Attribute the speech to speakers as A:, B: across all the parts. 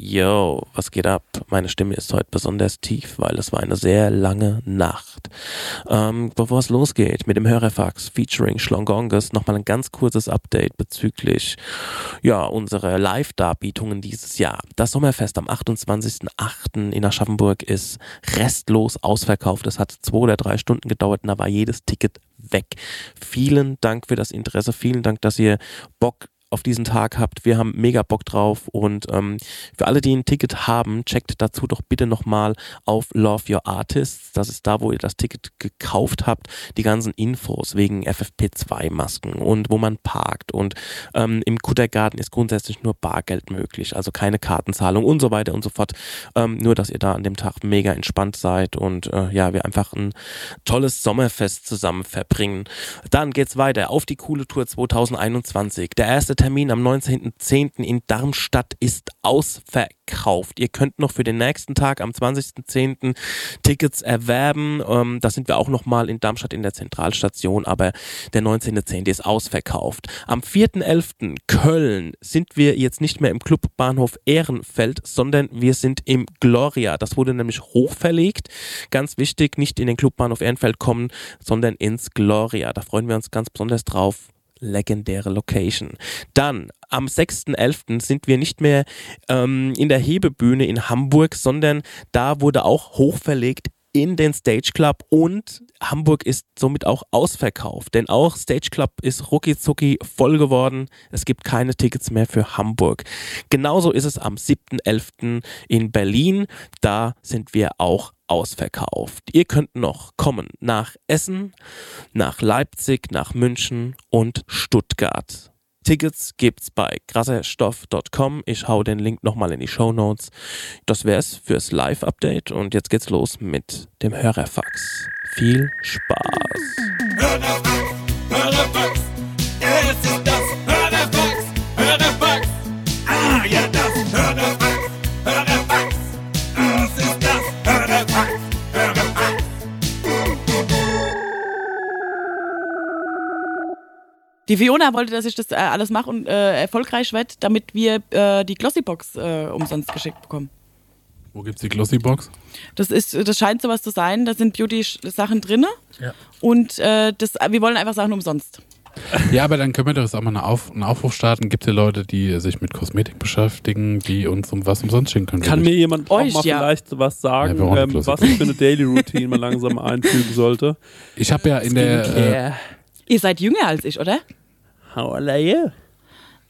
A: Yo, was geht ab? Meine Stimme ist heute besonders tief, weil es war eine sehr lange Nacht. Ähm, bevor es losgeht mit dem Hörerfax featuring Schlongonges, nochmal ein ganz kurzes Update bezüglich ja, unserer Live-Darbietungen dieses Jahr. Das Sommerfest am 28.08. in Aschaffenburg ist restlos ausverkauft. Es hat zwei oder drei Stunden gedauert und da war jedes Ticket weg. Vielen Dank für das Interesse, vielen Dank, dass ihr Bock auf diesen Tag habt. Wir haben mega Bock drauf und ähm, für alle, die ein Ticket haben, checkt dazu doch bitte nochmal auf Love Your Artists. Das ist da, wo ihr das Ticket gekauft habt. Die ganzen Infos wegen FFP2-Masken und wo man parkt und ähm, im Kuttergarten ist grundsätzlich nur Bargeld möglich, also keine Kartenzahlung und so weiter und so fort. Ähm, nur, dass ihr da an dem Tag mega entspannt seid und äh, ja, wir einfach ein tolles Sommerfest zusammen verbringen. Dann geht's weiter auf die coole Tour 2021. Der erste Termin am 19.10. in Darmstadt ist ausverkauft. Ihr könnt noch für den nächsten Tag am 20.10. Tickets erwerben. Ähm, da sind wir auch nochmal in Darmstadt in der Zentralstation, aber der 19.10. ist ausverkauft. Am 4.11. Köln sind wir jetzt nicht mehr im Clubbahnhof Ehrenfeld, sondern wir sind im Gloria. Das wurde nämlich hochverlegt. Ganz wichtig, nicht in den Clubbahnhof Ehrenfeld kommen, sondern ins Gloria. Da freuen wir uns ganz besonders drauf legendäre Location. Dann am 6.11. sind wir nicht mehr ähm, in der Hebebühne in Hamburg, sondern da wurde auch hochverlegt in den Stage Club und Hamburg ist somit auch ausverkauft, denn auch Stage Club ist rucki voll geworden. Es gibt keine Tickets mehr für Hamburg. Genauso ist es am 7.11. in Berlin. Da sind wir auch ausverkauft. Ihr könnt noch kommen nach Essen, nach Leipzig, nach München und Stuttgart. Tickets gibt's bei grasserstoff.com. Ich hau den Link nochmal in die Show Notes. Das wär's fürs Live-Update und jetzt geht's los mit dem Hörerfax. Viel Spaß!
B: Hörnerfax, Hörnerfax, es ist das Hörnerfax, Hörnerfax. Ah, ja, das Hörnerfax, Hörnerfax, es ist das Hörnerfax, Hörnerfax.
C: Die Fiona wollte, dass ich das äh, alles mache und äh, erfolgreich werde, damit wir äh, die Glossybox äh, umsonst geschickt bekommen.
D: Wo gibt's die Glossybox?
C: Das ist, das scheint sowas zu sein. Da sind Beauty-Sachen drin. Und äh, das, wir wollen einfach Sachen umsonst.
D: Ja, aber dann können wir doch jetzt auch mal eine Auf einen Aufruf starten. Gibt ja Leute, die sich mit Kosmetik beschäftigen, die uns um was umsonst schicken können.
E: Kann mir jemand auch
C: Euch,
E: mal
C: ja.
E: vielleicht was
D: Ja,
E: sagen,
D: wir brauchen
E: ähm,
D: bloß-
E: was für eine Daily Routine man langsam einfügen sollte?
D: ich habe ja in der äh,
C: Ihr seid jünger als ich, oder?
E: How are you?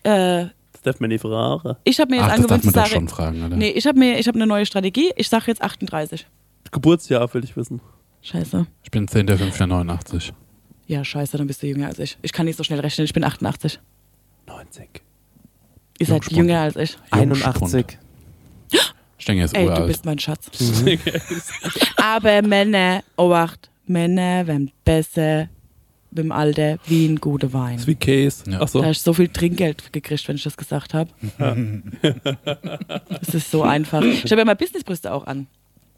C: Äh,
E: Das darf man nicht fragen.
C: ich habe mir jetzt
D: Ach, das darf
C: angewöhnt zu
D: man doch
C: sagen.
D: schon fragen, oder?
C: Nee, ich habe mir, ich habe eine neue Strategie. Ich sage jetzt 38.
E: Geburtsjahr will ich wissen.
C: Scheiße.
D: Ich bin 10.05.89.
C: Ja, scheiße, dann bist du jünger als ich. Ich kann nicht so schnell rechnen. Ich bin 88.
E: 90.
C: Ihr seid
D: Jungspund.
C: jünger als ich.
A: 81.
D: Stenger ist
C: Ey, du
D: uralt.
C: bist mein Schatz.
E: Mhm.
C: Aber Männer, obacht, Männer werden besser im Alter wie ein guter Wein.
E: Ist wie Käse.
D: Ja.
E: Ach so.
C: Da hast du so viel Trinkgeld gekriegt, wenn ich das gesagt habe. das ist so einfach. Ich habe ja mal Businessbrüste auch an.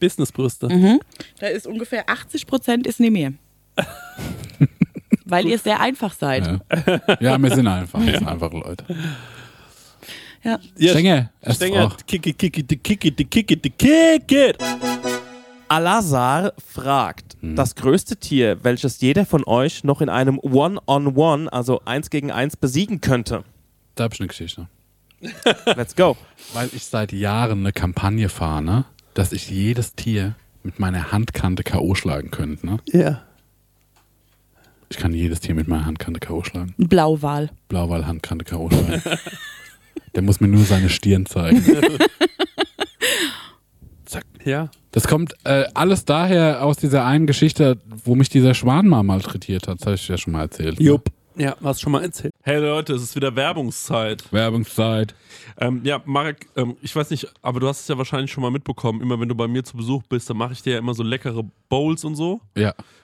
E: Businessbrüste.
C: Da ist ungefähr 80 Prozent ist neben mir. Weil ihr sehr einfach seid. Ja.
D: Ja. ja, wir sind einfach, wir sind einfach Leute.
E: Ja,
D: Stenger, erst
E: Stenger,
D: auch.
E: kick it, kick it, kick it, kick it, kick it.
A: Al-Azhar fragt, das größte Tier, welches jeder von euch noch in einem One-on-One, also eins gegen eins, besiegen könnte.
D: Da hab ich eine Geschichte.
A: Let's go.
D: Weil ich seit Jahren eine Kampagne fahre, ne? dass ich jedes Tier mit meiner Handkante K.O. schlagen könnte. Ne?
E: Ja.
D: Ich kann jedes Tier mit meiner Handkante K.O. schlagen.
C: Ein Blauwal.
D: Blauwal Handkante K.O. schlagen. Der muss mir nur seine Stirn zeigen. Zack.
E: Ja.
D: Das kommt äh, alles daher aus dieser einen Geschichte, wo mich dieser Schwan mal malträtiert hat. Das habe ich ja schon mal erzählt. ne?
E: Jupp. Ja, hast schon mal erzählt. Hey Leute, es ist wieder Werbungszeit.
D: Werbungszeit.
F: Ähm, ja, Marek, ähm, ich weiß nicht, aber du hast es ja wahrscheinlich schon mal mitbekommen. Immer wenn du bei mir zu Besuch bist, dann mache ich dir ja immer so leckere Bowls und so.
D: Ja.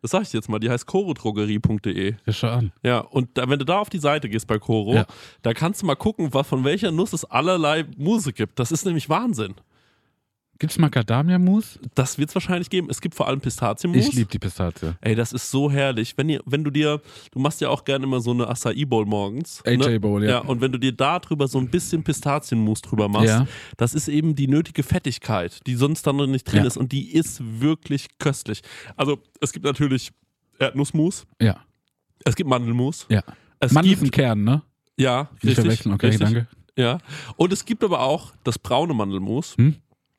F: Das sag ich dir jetzt mal, die heißt chorodrogerie.de.
D: Ja, schau an.
F: Ja, und da, wenn du da auf die Seite gehst bei Coro,
D: Ja.
F: da kannst du mal gucken, was, von welcher Nuss es allerlei Muse gibt. Das ist nämlich Wahnsinn.
D: Gibt's Macadamia-Mousse?
F: Das wird es wahrscheinlich geben. Es gibt vor allem Pistazienmus.
D: Ich liebe die Pistazie.
F: Ey, das ist so herrlich. Wenn, ihr, wenn du dir, du machst ja auch gerne immer so eine Acai Bowl morgens.
D: AJ
F: ne?
D: Bowl, ja.
F: ja. Und wenn du dir da drüber so ein bisschen Pistazienmus drüber machst,
D: Ja.
F: das ist eben die nötige Fettigkeit, die sonst dann noch nicht drin
D: Ja.
F: ist. Und die ist wirklich köstlich. Also, es gibt natürlich Erdnussmus,
D: Ja,
F: es gibt Mandelmus.
D: ja.
F: Es
D: Mandel ist ein
F: gibt,
D: Kern, ne?
F: ja,
D: Nicht
F: richtig,
D: verwechseln, okay,
F: richtig.
D: danke.
F: Ja. Und es gibt aber auch das braune Mandelmus.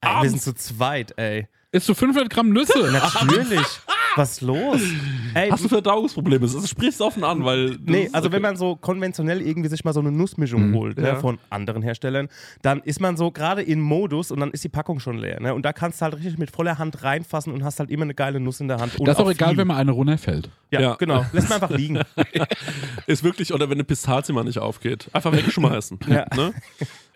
A: ey, wir sind
F: Abends.
A: zu zweit, ey.
D: Isst du 500 Gramm Nüsse?
A: Natürlich. Was ist los? Ey,
F: Hast du Verdauungsprobleme? Das sprichst offen an, weil.
A: Nee, also wenn man so konventionell irgendwie sich mal so eine Nussmischung holt ne, von anderen Herstellern, dann ist man so gerade in Modus und dann ist die Packung schon leer. Ne? Und da kannst du halt richtig mit voller Hand reinfassen und hast halt immer eine geile Nuss in der Hand. Und
D: Das ist auch
A: auf
D: egal,
A: viel.
D: wenn mal eine runterfällt.
A: Ja,
F: Ja.
A: genau. Lässt man einfach liegen.
F: Ist wirklich, oder wenn eine Pistazie mal nicht aufgeht. Einfach wegschmeißen. ja. Ne?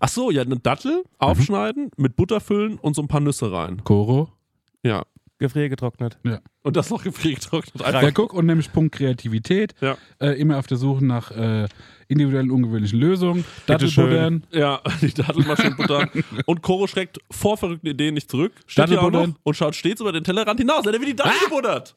F: Ach so, ja, eine
D: Mhm.
F: Dattel aufschneiden, mit Butter füllen und so ein paar Nüsse rein.
D: Koro.
F: Ja.
A: Gefriergetrocknet.
F: Und das noch gefriergetrocknet.
D: Ja, guck, und nämlich Punkt Kreativität.
F: Ja.
D: Äh, immer auf der Suche nach äh, individuellen, ungewöhnlichen Lösungen. Dattelbuddern.
F: Ja, die Dattel mal schön buttern. Und Koro schreckt vor verrückten Ideen nicht zurück. Steht
D: Dattel
F: hier auch noch
D: buttern.
F: und schaut stets über den Tellerrand hinaus. Er wird die Dattel gebuttert.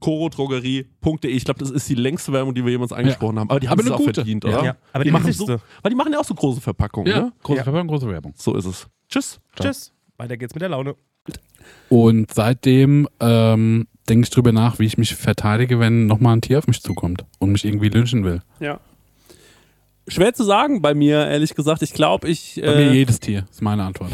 F: www.korodrogerie.de. Ich glaube, das ist die längste Werbung, die wir jemals angesprochen haben, aber die haben
D: Aber
F: es
D: eine
F: auch
D: gute.
F: verdient,
D: Ja.
F: oder?
A: Ja, aber die
F: machen so,
A: wichtigste.
F: Weil die machen ja auch so große Verpackungen, ne?
D: Große Verpackung, große Werbung.
F: So ist es. Tschüss.
A: Tschüss. Weiter geht's mit der Laune.
D: Und seitdem ähm, denke ich drüber nach, wie ich mich verteidige, wenn nochmal ein Tier auf mich zukommt und mich irgendwie lynchen will.
G: Ja. Schwer zu sagen bei mir, ehrlich gesagt. Ich glaube, ich.
D: Bei mir
G: Äh,
D: jedes Tier, ist meine Antwort.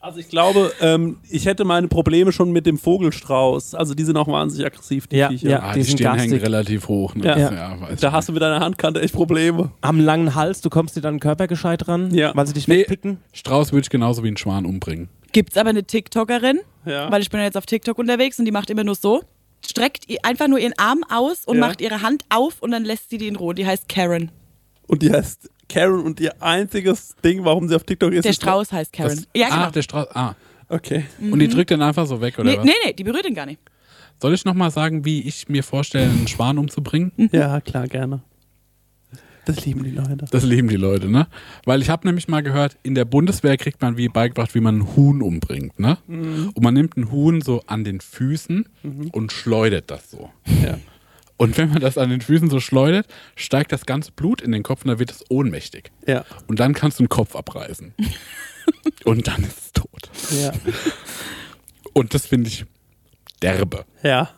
G: also, ich glaube, ähm, ich hätte meine Probleme schon mit dem Vogelstrauß. Also, die sind auch wahnsinnig aggressiv, die
H: Ja,
G: Viecher.
H: ja. die sind garstig.
D: relativ hoch. Ne?
G: Ja.
D: weiß
G: Da
D: ich
G: hast du mit deiner Handkante echt Probleme.
H: Am langen Hals, du kommst dir deinen Körper gescheit ran,
G: Ja.
H: weil sie dich
D: Nee.
H: wegpicken.
D: nicht. Strauß würde ich genauso wie einen Schwan umbringen.
C: Gibt's aber eine TikTokerin,
G: Ja.
C: weil ich bin ja jetzt auf TikTok unterwegs und die macht immer nur so. Streckt ihr einfach nur ihren Arm aus und
G: Ja.
C: macht ihre Hand auf und dann lässt sie die in Ruhe. Die heißt Karen.
G: Und die heißt Karen und ihr einziges Ding, warum sie auf TikTok ist.
C: Der
G: ist-
C: Strauß heißt Karen.
D: Das-
C: ja, genau. Mhm.
D: Ah, der Strauß. Ah.
G: Okay.
D: Und die drückt den einfach so weg, oder
C: nee,
D: was?
C: nee, nee, die berührt ihn gar nicht.
D: Soll ich nochmal sagen, wie ich mir vorstelle, einen Schwan umzubringen?
C: Mhm.
G: Ja, klar, gerne. Das lieben die Leute.
D: Das lieben die Leute, ne? Weil ich habe nämlich mal gehört, in der Bundeswehr kriegt man wie beigebracht, wie man ein Huhn umbringt, ne?
C: Mhm.
D: Und man nimmt ein Huhn so an den Füßen und schleudert das so. Und wenn man das an den Füßen so schleudert, steigt das ganze Blut in den Kopf und dann wird es ohnmächtig.
G: Ja.
D: Und dann kannst du den Kopf abreißen. und dann ist es tot.
G: Ja.
D: Und das finde ich derbe.
G: ja.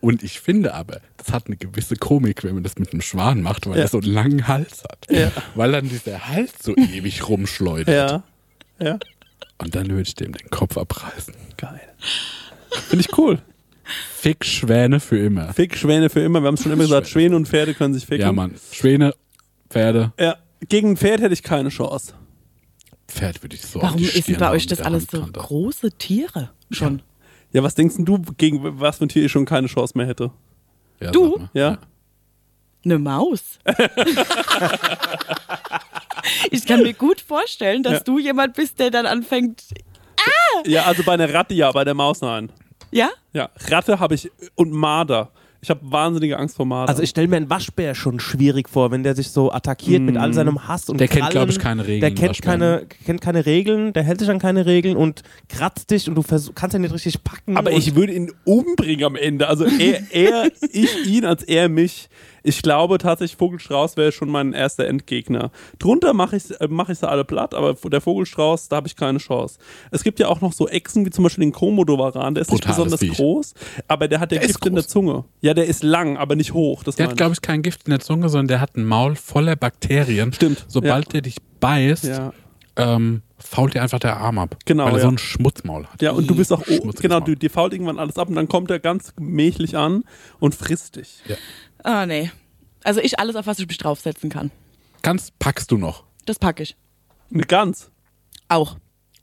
D: Und ich finde aber, das hat eine gewisse Komik, wenn man das mit einem Schwan macht, weil
G: Ja.
D: er so einen langen Hals hat.
G: Ja.
D: Weil dann dieser Hals so ewig rumschleudert.
G: Ja. Ja.
D: Und dann würde ich dem den Kopf abreißen.
G: Geil. Finde ich cool.
D: Fick Schwäne für immer.
G: Fick Schwäne für immer. Wir haben es schon immer gesagt,
D: Schwäne.
G: Schwäne und Pferde können sich ficken.
D: Ja, Mann. Schwäne, Pferde,
G: Ja. Gegen ein Pferd hätte ich keine Chance.
D: Pferd würde ich so auf
C: Warum
D: die
C: ist
D: Stirn
C: bei
D: hauen
C: euch
D: mit
C: das
D: der
C: alles so
D: Handkante.
C: große Tiere schon?
F: Ja, was denkst denn du, gegen was für ein Tier ich schon keine Chance mehr hätte?
D: Ja,
C: Du?
D: sag mal.
F: Ja?
C: Eine Maus. ich kann mir gut vorstellen, dass du jemand bist, der dann anfängt.
F: Ja, also bei einer Ratte ja, bei der Maus nein.
C: Ja?
F: Ja, Ratte habe ich und Marder. Ich habe wahnsinnige Angst vor Marder.
A: Also ich stelle mir einen Waschbär schon schwierig vor, wenn der sich so attackiert mit all seinem Hass und
D: Mm. Der kennt,
A: Krallen.
D: glaub ich, keine Regeln,
A: Der kennt
D: Waschbär,
A: keine, kennt keine Regeln, der hält sich an keine Regeln und kratzt dich und du versuch, kannst ihn nicht richtig packen.
F: aber
A: und
F: ich würde ihn umbringen am Ende. Also er, er ich ihn, als er mich. Ich glaube tatsächlich, Vogelstrauß wäre schon mein erster Endgegner. Drunter mache ich, äh, mach ich sie alle platt, aber der Vogelstrauß, da habe ich keine Chance. Es gibt ja auch noch so Echsen, wie zum Beispiel den Komodowaran. Der ist nicht
D: Brutales
F: besonders
D: Viech.
F: groß, aber der hat der,
D: Der ist
F: Gift in der
D: groß.
F: Zunge. Ja, der ist lang, aber nicht hoch. Das
D: Der
F: meine
D: hat,
F: ich.
D: glaube ich, kein Gift in der Zunge, sondern der hat ein Maul voller Bakterien.
F: Stimmt,
D: Sobald
F: ja.
D: der dich beißt,
F: Ja.
D: ähm, fault dir einfach der Arm ab.
F: Genau,
D: Weil er
F: ja.
D: so ein Schmutzmaul hat.
F: Ja, und du bist auch, oh,
D: Schmutziges
F: genau,
D: Maul.
F: du, dir fault irgendwann alles ab und dann kommt er ganz mächlich an und frisst dich.
C: Ah, nee. Also ich alles, auf was ich mich draufsetzen kann.
D: Kannst, packst du noch.
C: Das packe ich.
F: Eine Gans.
C: Auch.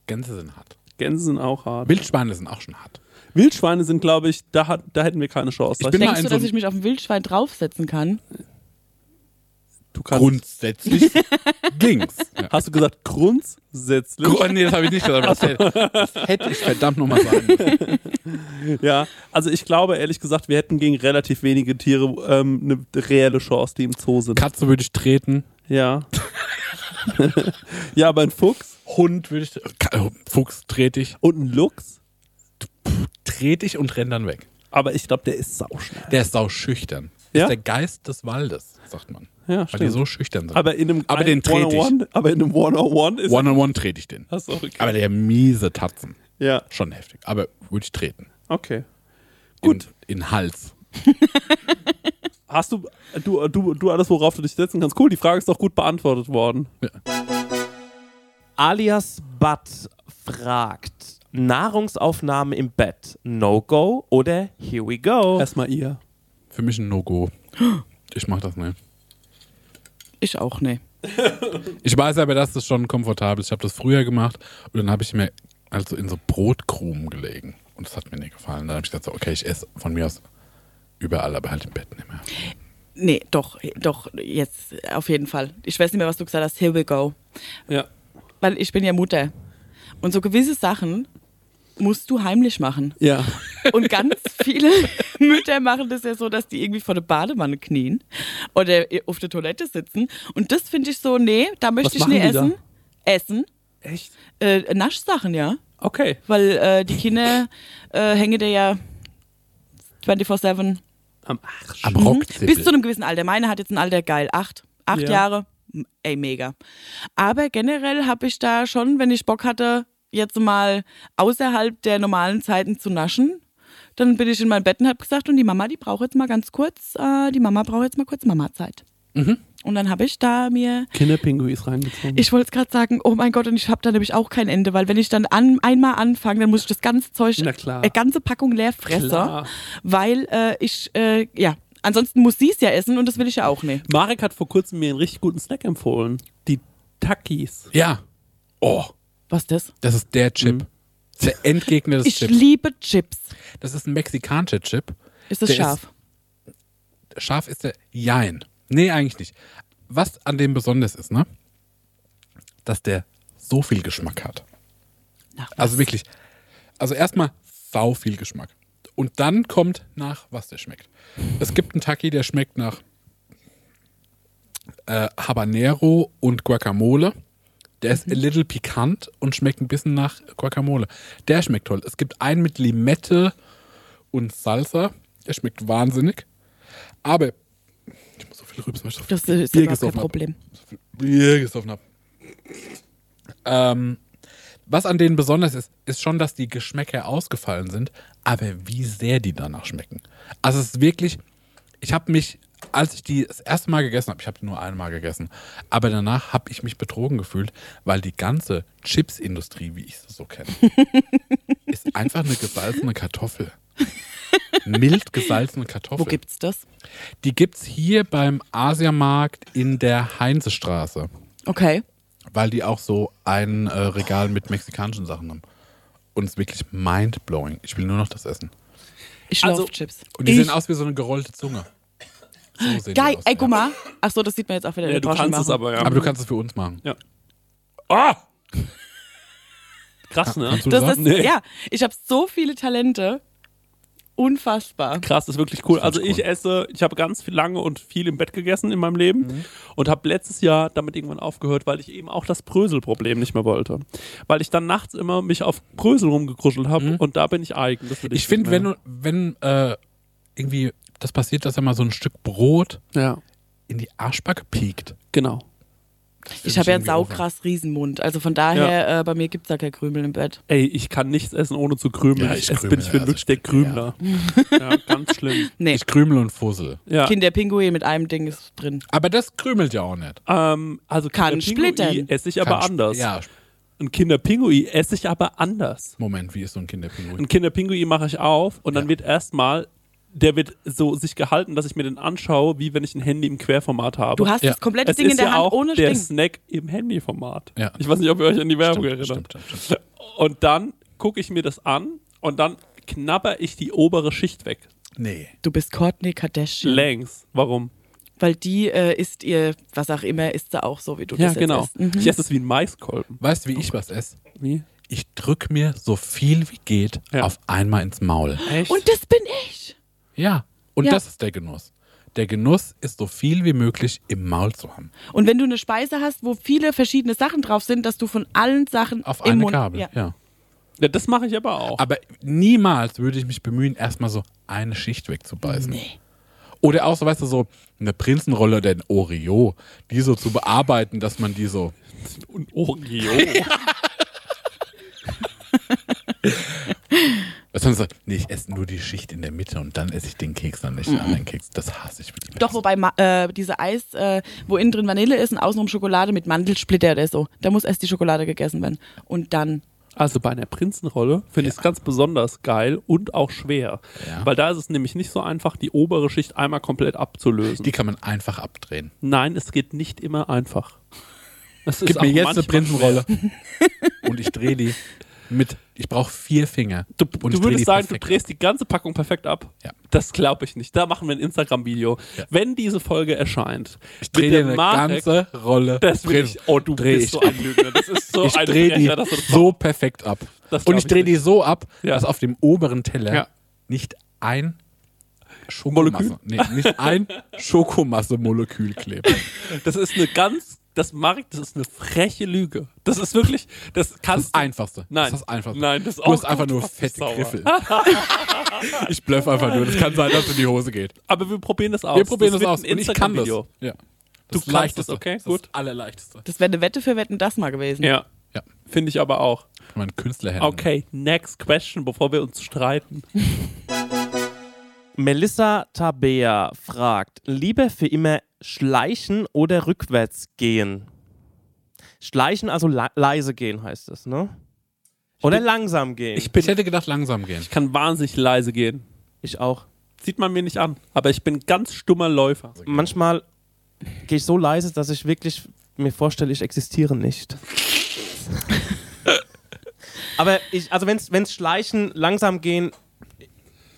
D: Gänse sind hart.
F: Gänse sind auch hart.
D: Wildschweine sind auch schon hart.
F: Wildschweine sind, glaube ich, da, hat, da hätten wir keine Chance.
D: Ich bin mal
C: Denkst
D: in
C: du, dass
D: so einem-
C: ich mich auf ein Wildschwein draufsetzen kann?
F: du kannst,
D: Grundsätzlich ging's. Ja.
F: hast du gesagt, grundsätzlich?
D: Gru- Nee, das habe ich nicht gesagt. aber Das hätte, das hätte ich verdammt nochmal sagen müssen.
F: ja, also ich glaube, ehrlich gesagt, wir hätten gegen relativ wenige Tiere ähm, eine reelle Chance, die im Zoo sind.
D: Katze würde ich treten.
F: Ja. ja, aber ein Fuchs
D: Hund würde ich. Ka- Fuchs trete ich.
F: und ein Luchs,
D: Trete ich und renn dann weg.
F: aber ich glaube, der ist sauschnell.
D: Der ist sau schüchtern.
F: Ja?
D: Ist der Geist des Waldes, sagt man.
F: Ja,
D: Weil die
F: stimmt.
D: so schüchtern sind.
F: Aber in einem
D: Aber den trete ich.
F: 101 aber in einem 101 ist...
D: One-on-one trete ich den.
F: Achso, okay.
D: Aber der miese Tatzen.
F: ja,
D: Schon heftig. Aber würde ich treten.
F: okay.
D: Gut. In, in Hals.
F: Hast du, du, du, du alles, worauf du dich setzen kannst? Cool, die Frage ist doch gut beantwortet worden.
A: alias Butt fragt, Nahrungsaufnahme im Bett, No-Go oder Here we go?
F: Erstmal ihr.
D: Für mich ein No-Go. Ich mach das ne? nicht.
C: Ich auch, nee.
D: Ich weiß aber, das ist schon komfortabel. Ich habe das früher gemacht und dann habe ich mir also in so Brotkrumen gelegen. Und das hat mir nicht gefallen. Dann habe ich gesagt, so, okay, ich esse von mir aus überall, aber halt im Bett nicht mehr.
C: Nee, doch, doch, jetzt auf jeden Fall. Ich weiß nicht mehr, was du gesagt hast. Here we go.
F: Ja.
C: Weil ich bin ja Mutter. Und so gewisse Sachen musst du heimlich machen.
F: Ja.
C: Und ganz viele Mütter machen das ja so, dass die irgendwie vor der Badewanne knien oder auf der Toilette sitzen. Und das finde ich so, nee, da möchte ich
F: machen
C: nie
F: die da?
C: essen. Essen.
F: Echt?
C: Äh, Naschsachen, ja.
F: Okay.
C: Weil äh, die Kinder äh, hängen dir ja 24-7
F: Am Arsch.
C: Mhm.
D: Am
C: bis zu
D: Rockzipfel.
C: einem gewissen Alter. Meine hat jetzt ein Alter geil, acht. Acht
F: Ja.
C: Jahre, m- ey, mega. Aber generell habe ich da schon, wenn ich Bock hatte, jetzt mal außerhalb der normalen Zeiten zu naschen, dann bin ich in mein Bett und habe gesagt, und die Mama, die braucht jetzt mal ganz kurz, äh, die Mama braucht jetzt mal kurz Mama-Zeit. Und dann habe ich da mir
F: Kinderpinguis reingezogen.
C: ich wollte es gerade sagen, oh mein Gott, und ich habe da nämlich auch kein Ende, weil wenn ich dann an, einmal anfange, dann muss ich das ganze Zeug,
F: Na klar.
C: äh, ganze Packung leer fressen,
F: Klar.
C: weil äh, ich, äh, ja, ansonsten muss sie es ja essen und das will ich ja auch nicht.
F: Marek hat vor kurzem mir einen richtig guten Snack empfohlen. Die Takis.
D: Ja. Oh,
C: Was das?
D: das ist der
F: Hm.
D: Chip. Das ist der Endgegner des
C: Ich
D: Chips.
C: liebe Chips.
D: Das ist ein mexikanischer Chip.
C: Ist das
D: Der
C: scharf?
D: Scharf ist der Jein. Nee, eigentlich nicht. Was an dem besonders ist, ne? Dass der so viel Geschmack hat.
C: Nach was?
D: Also wirklich. Also erstmal sau viel Geschmack. Und dann kommt nach, was der schmeckt. Es gibt einen Taki, der schmeckt nach äh, Habanero und Guacamole. Der
C: Mhm.
D: ist a little pikant und schmeckt ein bisschen nach Guacamole. Der schmeckt toll. Es gibt einen mit Limette und Salsa. Der schmeckt wahnsinnig. Aber ich muss so viel rübsen, weil ich so viel
C: Das ist
D: Bier
C: überhaupt kein
D: gesoffen hab.
C: Problem.
D: Bier gesoffen habe. Ähm, was an denen besonders ist, ist schon, dass die Geschmäcker ausgefallen sind, aber wie sehr die danach schmecken. Also es ist wirklich, ich habe mich, als ich die das erste Mal gegessen habe, ich habe die nur einmal gegessen, aber danach habe ich mich betrogen gefühlt, weil die ganze Chips-Industrie, wie ich sie so kenne, ist einfach eine gesalzene Kartoffel. Mild gesalzene Kartoffel.
C: Wo gibt's das?
D: Die gibt's hier beim Asiamarkt in der Heinzestraße,
C: Okay.
D: weil die auch so ein äh, Regal mit mexikanischen Sachen haben. und ist wirklich mindblowing. Ich will nur noch das essen.
C: Ich
F: Also-
C: also, Chips.
D: Und die
C: Ich-
D: sehen aus wie so eine gerollte Zunge. So sehen die
C: Geil,
D: aus,
C: ey,
D: ja.
C: guck mal. Ach so, das sieht man jetzt auch wieder.
F: Ja,
C: wir
F: du
C: brauchen
F: kannst
C: machen.
F: es aber, ja.
D: Aber du kannst es für uns machen.
F: Ah! Krass, ne?
D: Kannst du
C: Das ist,
D: sagen?
F: Nee.
C: ja, ich habe so viele Talente. Unfassbar.
F: Krass, das ist wirklich cool.
D: Das ist
F: Also ich esse, ich habe ganz viel lange und viel im Bett gegessen in meinem Leben und habe letztes Jahr damit irgendwann aufgehört, weil ich eben auch das Bröselproblem nicht mehr wollte. Weil ich dann nachts immer mich auf Brösel rumgekuschelt habe und da bin ich eigen. Das will
D: Ich finde,
F: nicht
D: wenn, du-
F: mehr.
D: wenn äh, irgendwie das passiert, dass er mal so ein Stück Brot
F: Ja,
D: in die Arschbacke piekt.
F: genau.
C: Ich habe ja einen
D: irgendwie over.
C: saukrass Riesenmund. Also von daher, äh, bei mir gibt's da kein Krümel im Bett.
F: Ey, ich kann nichts essen, ohne zu krümeln.
D: Ja, ich
F: ich esse,
D: krümel,
F: bin, ich bin
D: also
F: wirklich der Krümler. Ja. ganz schlimm.
C: Nee,
D: Ich krümel und fussel.
F: Ja.
C: Kinderpinguin mit einem Ding ist drin.
D: Aber das krümelt ja auch nicht.
C: Ah,
F: Ähm, also
C: Kann
F: Kinderpingui
C: splittern.
F: esse ich aber
D: Kann sp-
F: anders.
D: Ja,
F: Ein Kinderpingui esse ich aber anders.
D: Moment, wie ist so ein Kinderpinguin?
F: Ein Kinderpinguin mache ich auf und dann
D: Ja.
F: wird erstmal, der wird so sich gehalten, dass ich mir den anschaue, wie wenn ich ein Handy im Querformat habe.
C: Du hast
D: Ja.
C: das komplette
F: es
C: Ding
F: ist
C: in der
F: ja
C: Hand
F: auch
C: ohne
F: der
C: Sting.
F: Snack im Handyformat.
D: Ja.
F: Ich weiß nicht, ob ihr euch an die Werbung erinnert.
D: stimmt, stimmt, stimmt.
F: Und dann gucke ich mir das an und dann knabber ich die obere Schicht weg.
D: Nee.
C: Du bist Courtney Kardashian.
F: Längs. Warum?
C: weil die äh, ist ihr, was auch immer, ist sie auch so, wie du
F: Ja,
C: das
F: genau.
C: jetzt isst. Mhm.
F: Ich esse es wie ein Maiskolben.
D: Weißt du, wie ich was esse?
F: Wie?
D: Ich drück mir so viel wie geht
F: Ja.
D: auf einmal ins Maul.
F: Echt?
C: Und das bin ich.
D: Ja. Und
C: Ja.
D: das ist der Genuss. Der Genuss ist so viel wie möglich im Maul zu haben.
C: Und wenn du eine Speise hast, wo viele verschiedene Sachen drauf sind, dass du von allen Sachen
D: Auf
C: im
D: eine
C: Mund,
D: Gabel,
C: Ja.
D: ja.
F: ja, das mache ich aber auch.
D: Aber niemals würde ich mich bemühen, erstmal so eine Schicht wegzubeißen. Oder auch so, weißt du, so eine Prinzenrolle oder ein Oreo, die so zu bearbeiten, dass man die so.
F: Und Oreo.
D: Dass man sagt, nee, ich esse nur die Schicht in der Mitte und dann esse ich den Keks dann nicht den anderen Keks. Das hasse ich. wirklich.
C: Doch, wobei Ma- äh, diese Eis, äh, wo innen drin Vanille ist und außenrum Schokolade mit Mandelsplitter oder so, da muss erst die Schokolade gegessen werden. Und dann,
F: Also bei einer Prinzenrolle finde ich es ganz besonders geil und auch schwer.
D: Ja.
F: Weil da ist es nämlich nicht so einfach, die obere Schicht einmal komplett abzulösen.
D: Die kann man einfach abdrehen.
F: Nein, es geht nicht immer einfach. Es ist
D: Gib mir
F: auch
D: jetzt eine
F: manchmal
D: Prinzenrolle. und ich drehe die mit. Ich brauche vier Finger.
F: Du,
D: und ich
F: du
D: dreh die
F: würdest sagen,
D: perfekt
F: du drehst die ganze Packung perfekt ab?
D: Ja.
F: Das glaube ich nicht. Da machen wir ein Instagram-Video.
D: Ja.
F: Wenn diese Folge erscheint,
D: Ich drehe
F: mit der
D: eine
F: Marek-
D: ganze Rolle.
F: das will
D: Prinzen-
F: ich, oh, du
D: dreh
F: bist
D: ich
F: so ein Lügner. Das ist so
D: ich
F: ein
D: drehe die
F: Frecher, dass du das
D: so perfekt ab.
F: Das glaub
D: Und ich
F: ich
D: drehe die
F: nicht.
D: so ab,
F: Ja.
D: dass auf dem oberen Teller
F: Ja.
D: nicht ein Schokomasse, nee, nicht ein Schokomasse-Molekül klebt.
F: Das ist eine ganz, das Mark, das ist eine freche Lüge. Das ist wirklich, das kannst du-
D: Einfachste.
F: Nein.
D: Das ist das Einfachste.
F: Nein, das ist
D: du
F: auch
D: hast einfach
F: gut.
D: nur
F: Das ist
D: fette
F: sauer.
D: Griffel. ich blöff einfach nur. Das kann sein, dass es in die Hose geht.
F: Aber wir probieren das aus.
D: Wir probieren das,
F: wird
D: aus.
F: ein
D: Und ich kann das.
F: Instagram-Video.
D: Ja.
F: Du
D: Das
F: kannst
D: Leichteste.
F: das, okay,
D: Das
F: gut.
D: ist Das Allerleichteste.
C: das wäre eine Wette für Wetten, das mal gewesen.
F: Ja,
D: Ja.
F: finde ich aber auch.
D: Mein Künstlerhändler.
F: Okay, next question, bevor wir uns streiten.
A: Melissa Tabea fragt: Lieber für immer schleichen oder rückwärts gehen? Schleichen, also la- leise gehen heißt es, ne? Oder langsam gehen.
F: Ich
D: Ich
F: bin,
D: hätte gedacht, langsam gehen.
F: ich kann wahnsinnig leise gehen.
A: ich auch.
F: Sieht man mir nicht an, aber ich bin ganz stummer Läufer.
A: Manchmal gehe ich so leise, dass ich wirklich mir vorstelle, ich existiere nicht. Aber ich, also wenn es schleichen, langsam gehen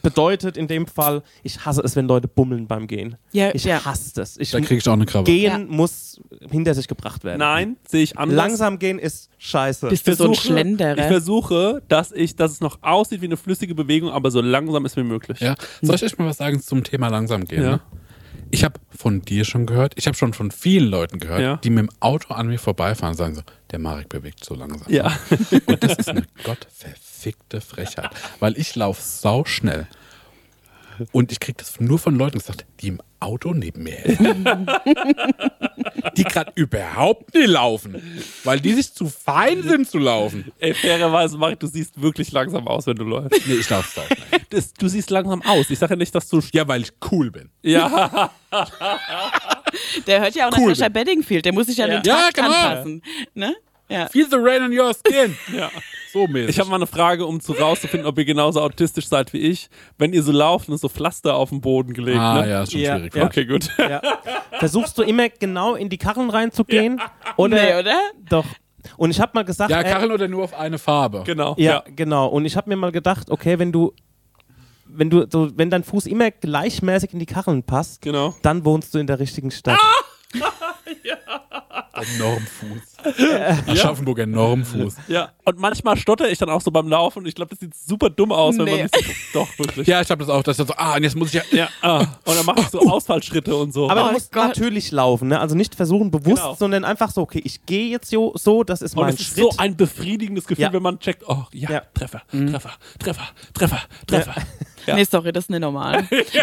A: bedeutet in dem Fall, ich hasse es, wenn Leute bummeln beim Gehen.
C: Ja,
A: Ich
C: ja.
A: hasse das. Ich,
D: Da kriege ich auch eine Krabbe.
A: gehen
C: Ja.
A: muss hinter sich gebracht werden.
F: Nein, sehe ich anders.
A: Langsam gehen ist scheiße.
C: Bist du so ein Schlenderer?
F: Ich versuche, dass ich, dass es noch aussieht wie eine flüssige Bewegung, aber so langsam ist wie möglich.
D: Ja. Soll ich euch mal was sagen zum Thema langsam gehen?
F: Ja.
D: Ne? Ich habe von dir schon gehört, ich habe schon von vielen Leuten gehört,
F: Ja.
D: die mit dem Auto an mir vorbeifahren und sagen so, der Marek bewegt so langsam.
F: Ja.
D: Und das ist eine gottverfickte Frechheit, weil ich laufe sauschnell. Und ich kriege das nur von Leuten gesagt, die im Auto neben mir helfen. die gerade überhaupt nicht laufen, weil die sich zu fein sind zu laufen.
F: Ey, fairerweise, Marc, du siehst wirklich langsam aus, wenn du läufst.
D: Nee, ich laufe sauschnell.
F: Das, du siehst langsam aus. Ich sage ja nicht, dass du.
D: Ja, weil ich cool bin.
F: Ja,
C: Der hört ja auch
D: Cool.
C: nach Sascha Bedingfield, der muss sich ja, den
D: Ja,
C: Takt
D: genau.
C: anpassen. Ne? Ja.
D: Feel the rain on your skin.
F: ja.
D: So mäßig.
F: Ich habe mal eine Frage, um zu rauszufinden, ob ihr genauso autistisch seid wie ich. Wenn ihr so lauft und so Pflaster auf den Boden gelegt,
D: Ah,
F: ne?
D: ja, ist schon
A: Ja,
D: schwierig.
A: ja.
F: Okay, gut.
A: Ja. Versuchst du immer genau in die Karren reinzugehen? Oder,
C: Nee, oder?
A: Doch. Und ich habe mal gesagt,
D: Ja,
A: ey,
D: Kacheln oder nur auf eine Farbe.
F: Genau.
A: Ja, genau. Und ich habe mir mal gedacht, okay, wenn du, wenn du, so, wenn dein Fuß immer gleichmäßig in die Kacheln passt,
F: Genau.
A: dann wohnst du in der richtigen Stadt.
F: Ah,
D: Normfuß. Aschaffenburger Normfuß.
F: Ja. Und manchmal stotter ich dann auch so beim Laufen und ich glaube, das sieht super dumm aus, wenn
C: Nee.
F: man das doch wirklich.
D: Ja, ich habe das auch. Das ist so, ah, und jetzt muss ich ja.
F: Ja, ah. und dann mache ich so Ausfallschritte und so.
A: Aber du
C: Oh
A: musst
C: Gott.
A: natürlich laufen, ne? Also nicht versuchen bewusst,
F: Genau.
A: sondern einfach so, okay, ich gehe jetzt so, so, das ist
F: und
A: mein
F: es ist
A: Schritt.
F: so ein befriedigendes Gefühl,
A: Ja.
F: wenn man checkt, oh ja,
A: Ja.
F: Treffer, Treffer, Treffer, Treffer, Treffer. Ja.
C: Nee, sorry, das ist nicht normal. ich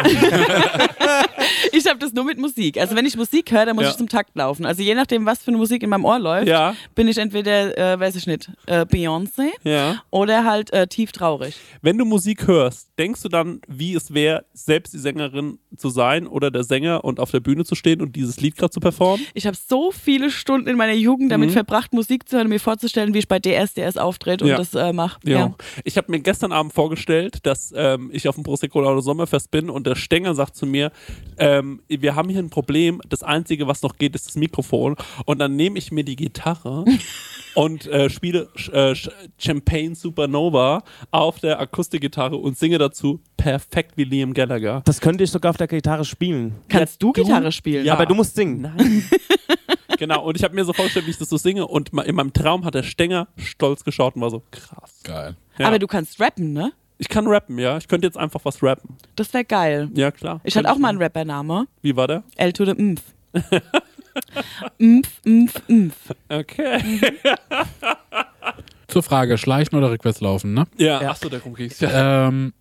C: habe das nur mit Musik. Also wenn ich Musik höre, dann muss
F: Ja.
C: ich zum Takt laufen. Also je nachdem, was für eine Musik in meinem Ohr läuft,
F: Ja.
C: bin ich entweder, äh, weiß ich nicht, äh, Beyoncé
F: Ja.
C: oder halt äh, tief traurig.
F: Wenn du Musik hörst, denkst du dann, wie es wäre, selbst die Sängerin zu sein oder der Sänger und auf der Bühne zu stehen und dieses Lied gerade zu performen?
C: Ich habe so viele Stunden in meiner Jugend
F: Mhm.
C: damit verbracht, Musik zu hören und mir vorzustellen, wie ich bei DSDS auftritt und
F: Ja.
C: das äh, mache.
F: Ja.
C: Ja.
F: Ich habe mir gestern Abend vorgestellt, dass ähm, ich auf dem Prosecco Laudo Sommerfest bin und der Stenger sagt zu mir, ähm, wir haben hier ein Problem, das Einzige, was noch geht, ist das Mikrofon. Und dann nehme ich mir die Gitarre und äh, spiele sch- äh, sch- Champagne Supernova auf der Akustikgitarre und singe dazu perfekt wie Liam Gallagher.
A: das könnte ich sogar auf der Gitarre spielen.
C: Kannst du Gitarre spielen?
F: Ja.
A: Aber du musst singen.
F: Genau, und ich habe mir so vorgestellt, wie ich das so singe und ma- in meinem Traum hat der Stenger stolz geschaut und war so, krass.
D: Geil.
F: Ja.
C: Aber du kannst rappen, ne?
F: Ich kann rappen, ja. Ich könnte jetzt einfach was rappen.
C: Das wäre geil.
F: Ja, klar.
C: Ich hatte auch mal einen Rappername.
F: Wie war der?
C: L to the Mpf. Mpf, Mpf, Mpf.
F: Okay.
D: Zur Frage, schleichen oder rückwärts laufen, ne?
F: Ja, achso, der Kumpel. Ja.
D: Ähm,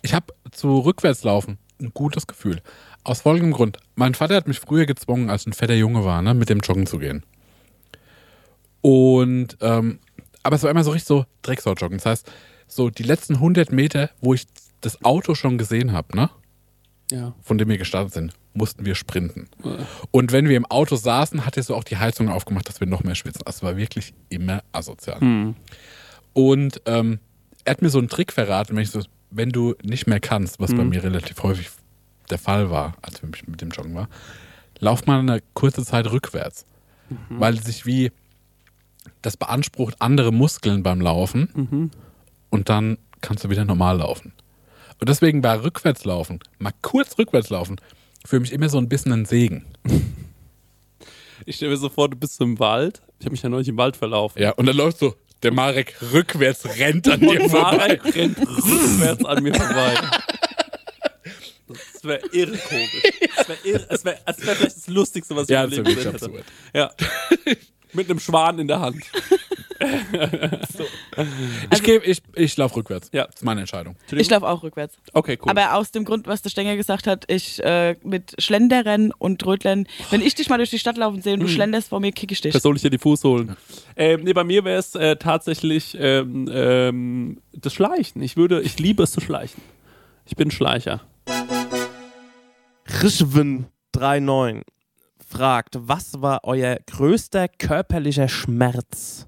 D: ich habe zu rückwärts laufen ein gutes Gefühl. Aus folgendem Grund. Mein Vater hat mich früher gezwungen, als ich ein fetter Junge war, ne, mit dem Joggen zu gehen. Und, ähm, aber es war immer so richtig so Drecksau-Joggen. Das heißt, so die letzten 100 Meter, wo ich das Auto schon gesehen habe, ne?
F: Ja.
D: von dem wir gestartet sind, mussten wir sprinten. Und wenn wir im Auto saßen, hat er so auch die Heizung aufgemacht, dass wir noch mehr schwitzen. Das war wirklich immer asozial. Und ähm, er hat mir so einen Trick verraten, wenn, ich so, wenn du nicht mehr kannst, was bei mir relativ häufig der Fall war, als ich mit dem Joggen war, lauf mal eine kurze Zeit rückwärts. Weil sich wie das beansprucht andere Muskeln beim Laufen und dann kannst du wieder normal laufen. Und deswegen war rückwärtslaufen, mal kurz rückwärtslaufen, für mich immer so ein bisschen ein Segen.
F: Ich stelle mir so vor, du bist im Wald. Ich habe mich ja neulich im Wald verlaufen.
D: Ja, und dann läuft so, der Marek rückwärts rennt an dir vorbei.
F: Marek rennt rückwärts an mir vorbei. Das wäre irre komisch. Das wäre irre. Es wäre es wär vielleicht das Lustigste, was ich
D: Ja,
F: im
D: das
F: Leben
D: ist wirklich
F: gesehen hätte.
D: absurd.
F: Ja. Mit einem Schwan in der Hand.
D: Ich, geb, ich, ich laufe rückwärts.
F: Also Ja.
D: Das ist meine Entscheidung.
C: Ich laufe auch rückwärts.
F: Okay, cool.
C: Aber aus dem Grund, was der Stenger gesagt hat, ich äh, mit Schlendern und Trötlern, wenn ich dich mal durch die Stadt laufen sehe und
F: Mhm.
C: du schlenderst vor mir, kicke ich dich.
F: Das soll ich dir die Fuß holen. Ähm, nee, bei mir wäre es äh, tatsächlich ähm, ähm, das Schleichen. Ich würde, ich liebe es zu schleichen. Ich bin Schleicher.
A: Rischwin39 fragt, was war euer größter körperlicher Schmerz?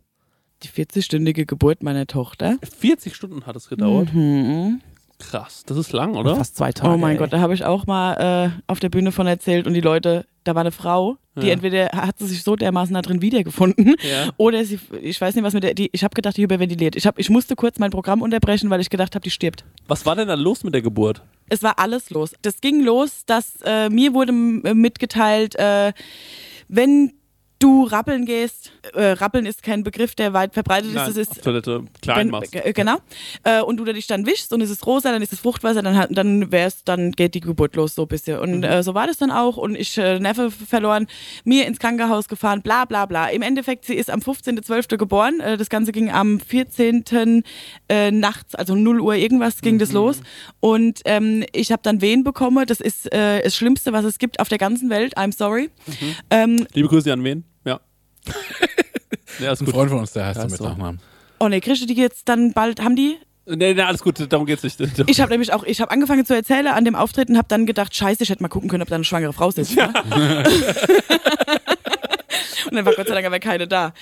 C: Die 40-stündige Geburt meiner Tochter.
F: 40 Stunden hat es gedauert.
C: Mhm.
F: Krass, das ist lang, oder?
A: Fast zwei Tage.
C: Oh mein
A: ey.
C: Gott, da habe ich auch mal äh, auf der Bühne von erzählt und die Leute, da war eine Frau, die
F: Ja.
C: entweder hat sie sich so dermaßen da drin wiedergefunden
F: Ja.
C: oder sie, ich weiß nicht, was mit der, die, ich habe gedacht, die hyperventiliert. Ich, hab, ich musste kurz mein Programm unterbrechen, weil ich gedacht habe, die stirbt.
F: Was war denn da los mit der Geburt?
C: es war alles los. Das ging los, dass äh, mir wurde m- mitgeteilt, äh, wenn du rappeln gehst, äh, rappeln ist kein Begriff, der weit verbreitet ist, es
F: auf
C: ist
F: Toilette klein
C: wenn,
F: machst.
C: g- genau. Äh, und du da dich dann wischst und es ist rosa, dann ist es Fruchtwasser, dann, hat- dann wär's, dann geht die Geburt los, so ein bisschen. Und äh, so war das dann auch. Und ich äh, Neffe f- verloren, mir ins Krankenhaus gefahren, bla bla bla. Im Endeffekt, sie ist am 15.12. geboren. Äh, das Ganze ging am 14. Äh, nachts, also 0 Uhr irgendwas ging das los. Und ähm, ich habe dann Wehen bekommen. Das ist äh, das Schlimmste, was es gibt auf der ganzen Welt. I'm sorry. Ähm,
F: Liebe Grüße an wen? Ja. ja, ist
D: Ein
F: gut.
D: Freund von uns, der heißt
F: Ja,
D: so mit
F: so.
D: Nachnamen.
C: oh ne, kriegst du die jetzt dann bald, haben die?
F: Nee, nee, alles gut, darum geht's nicht.
C: Ich habe nämlich auch, ich habe angefangen zu erzählen an dem Auftritt und habe dann gedacht, scheiße, ich hätte mal gucken können, ob da eine schwangere Frau sitzt. ne? und dann war Gott sei Dank aber keine da.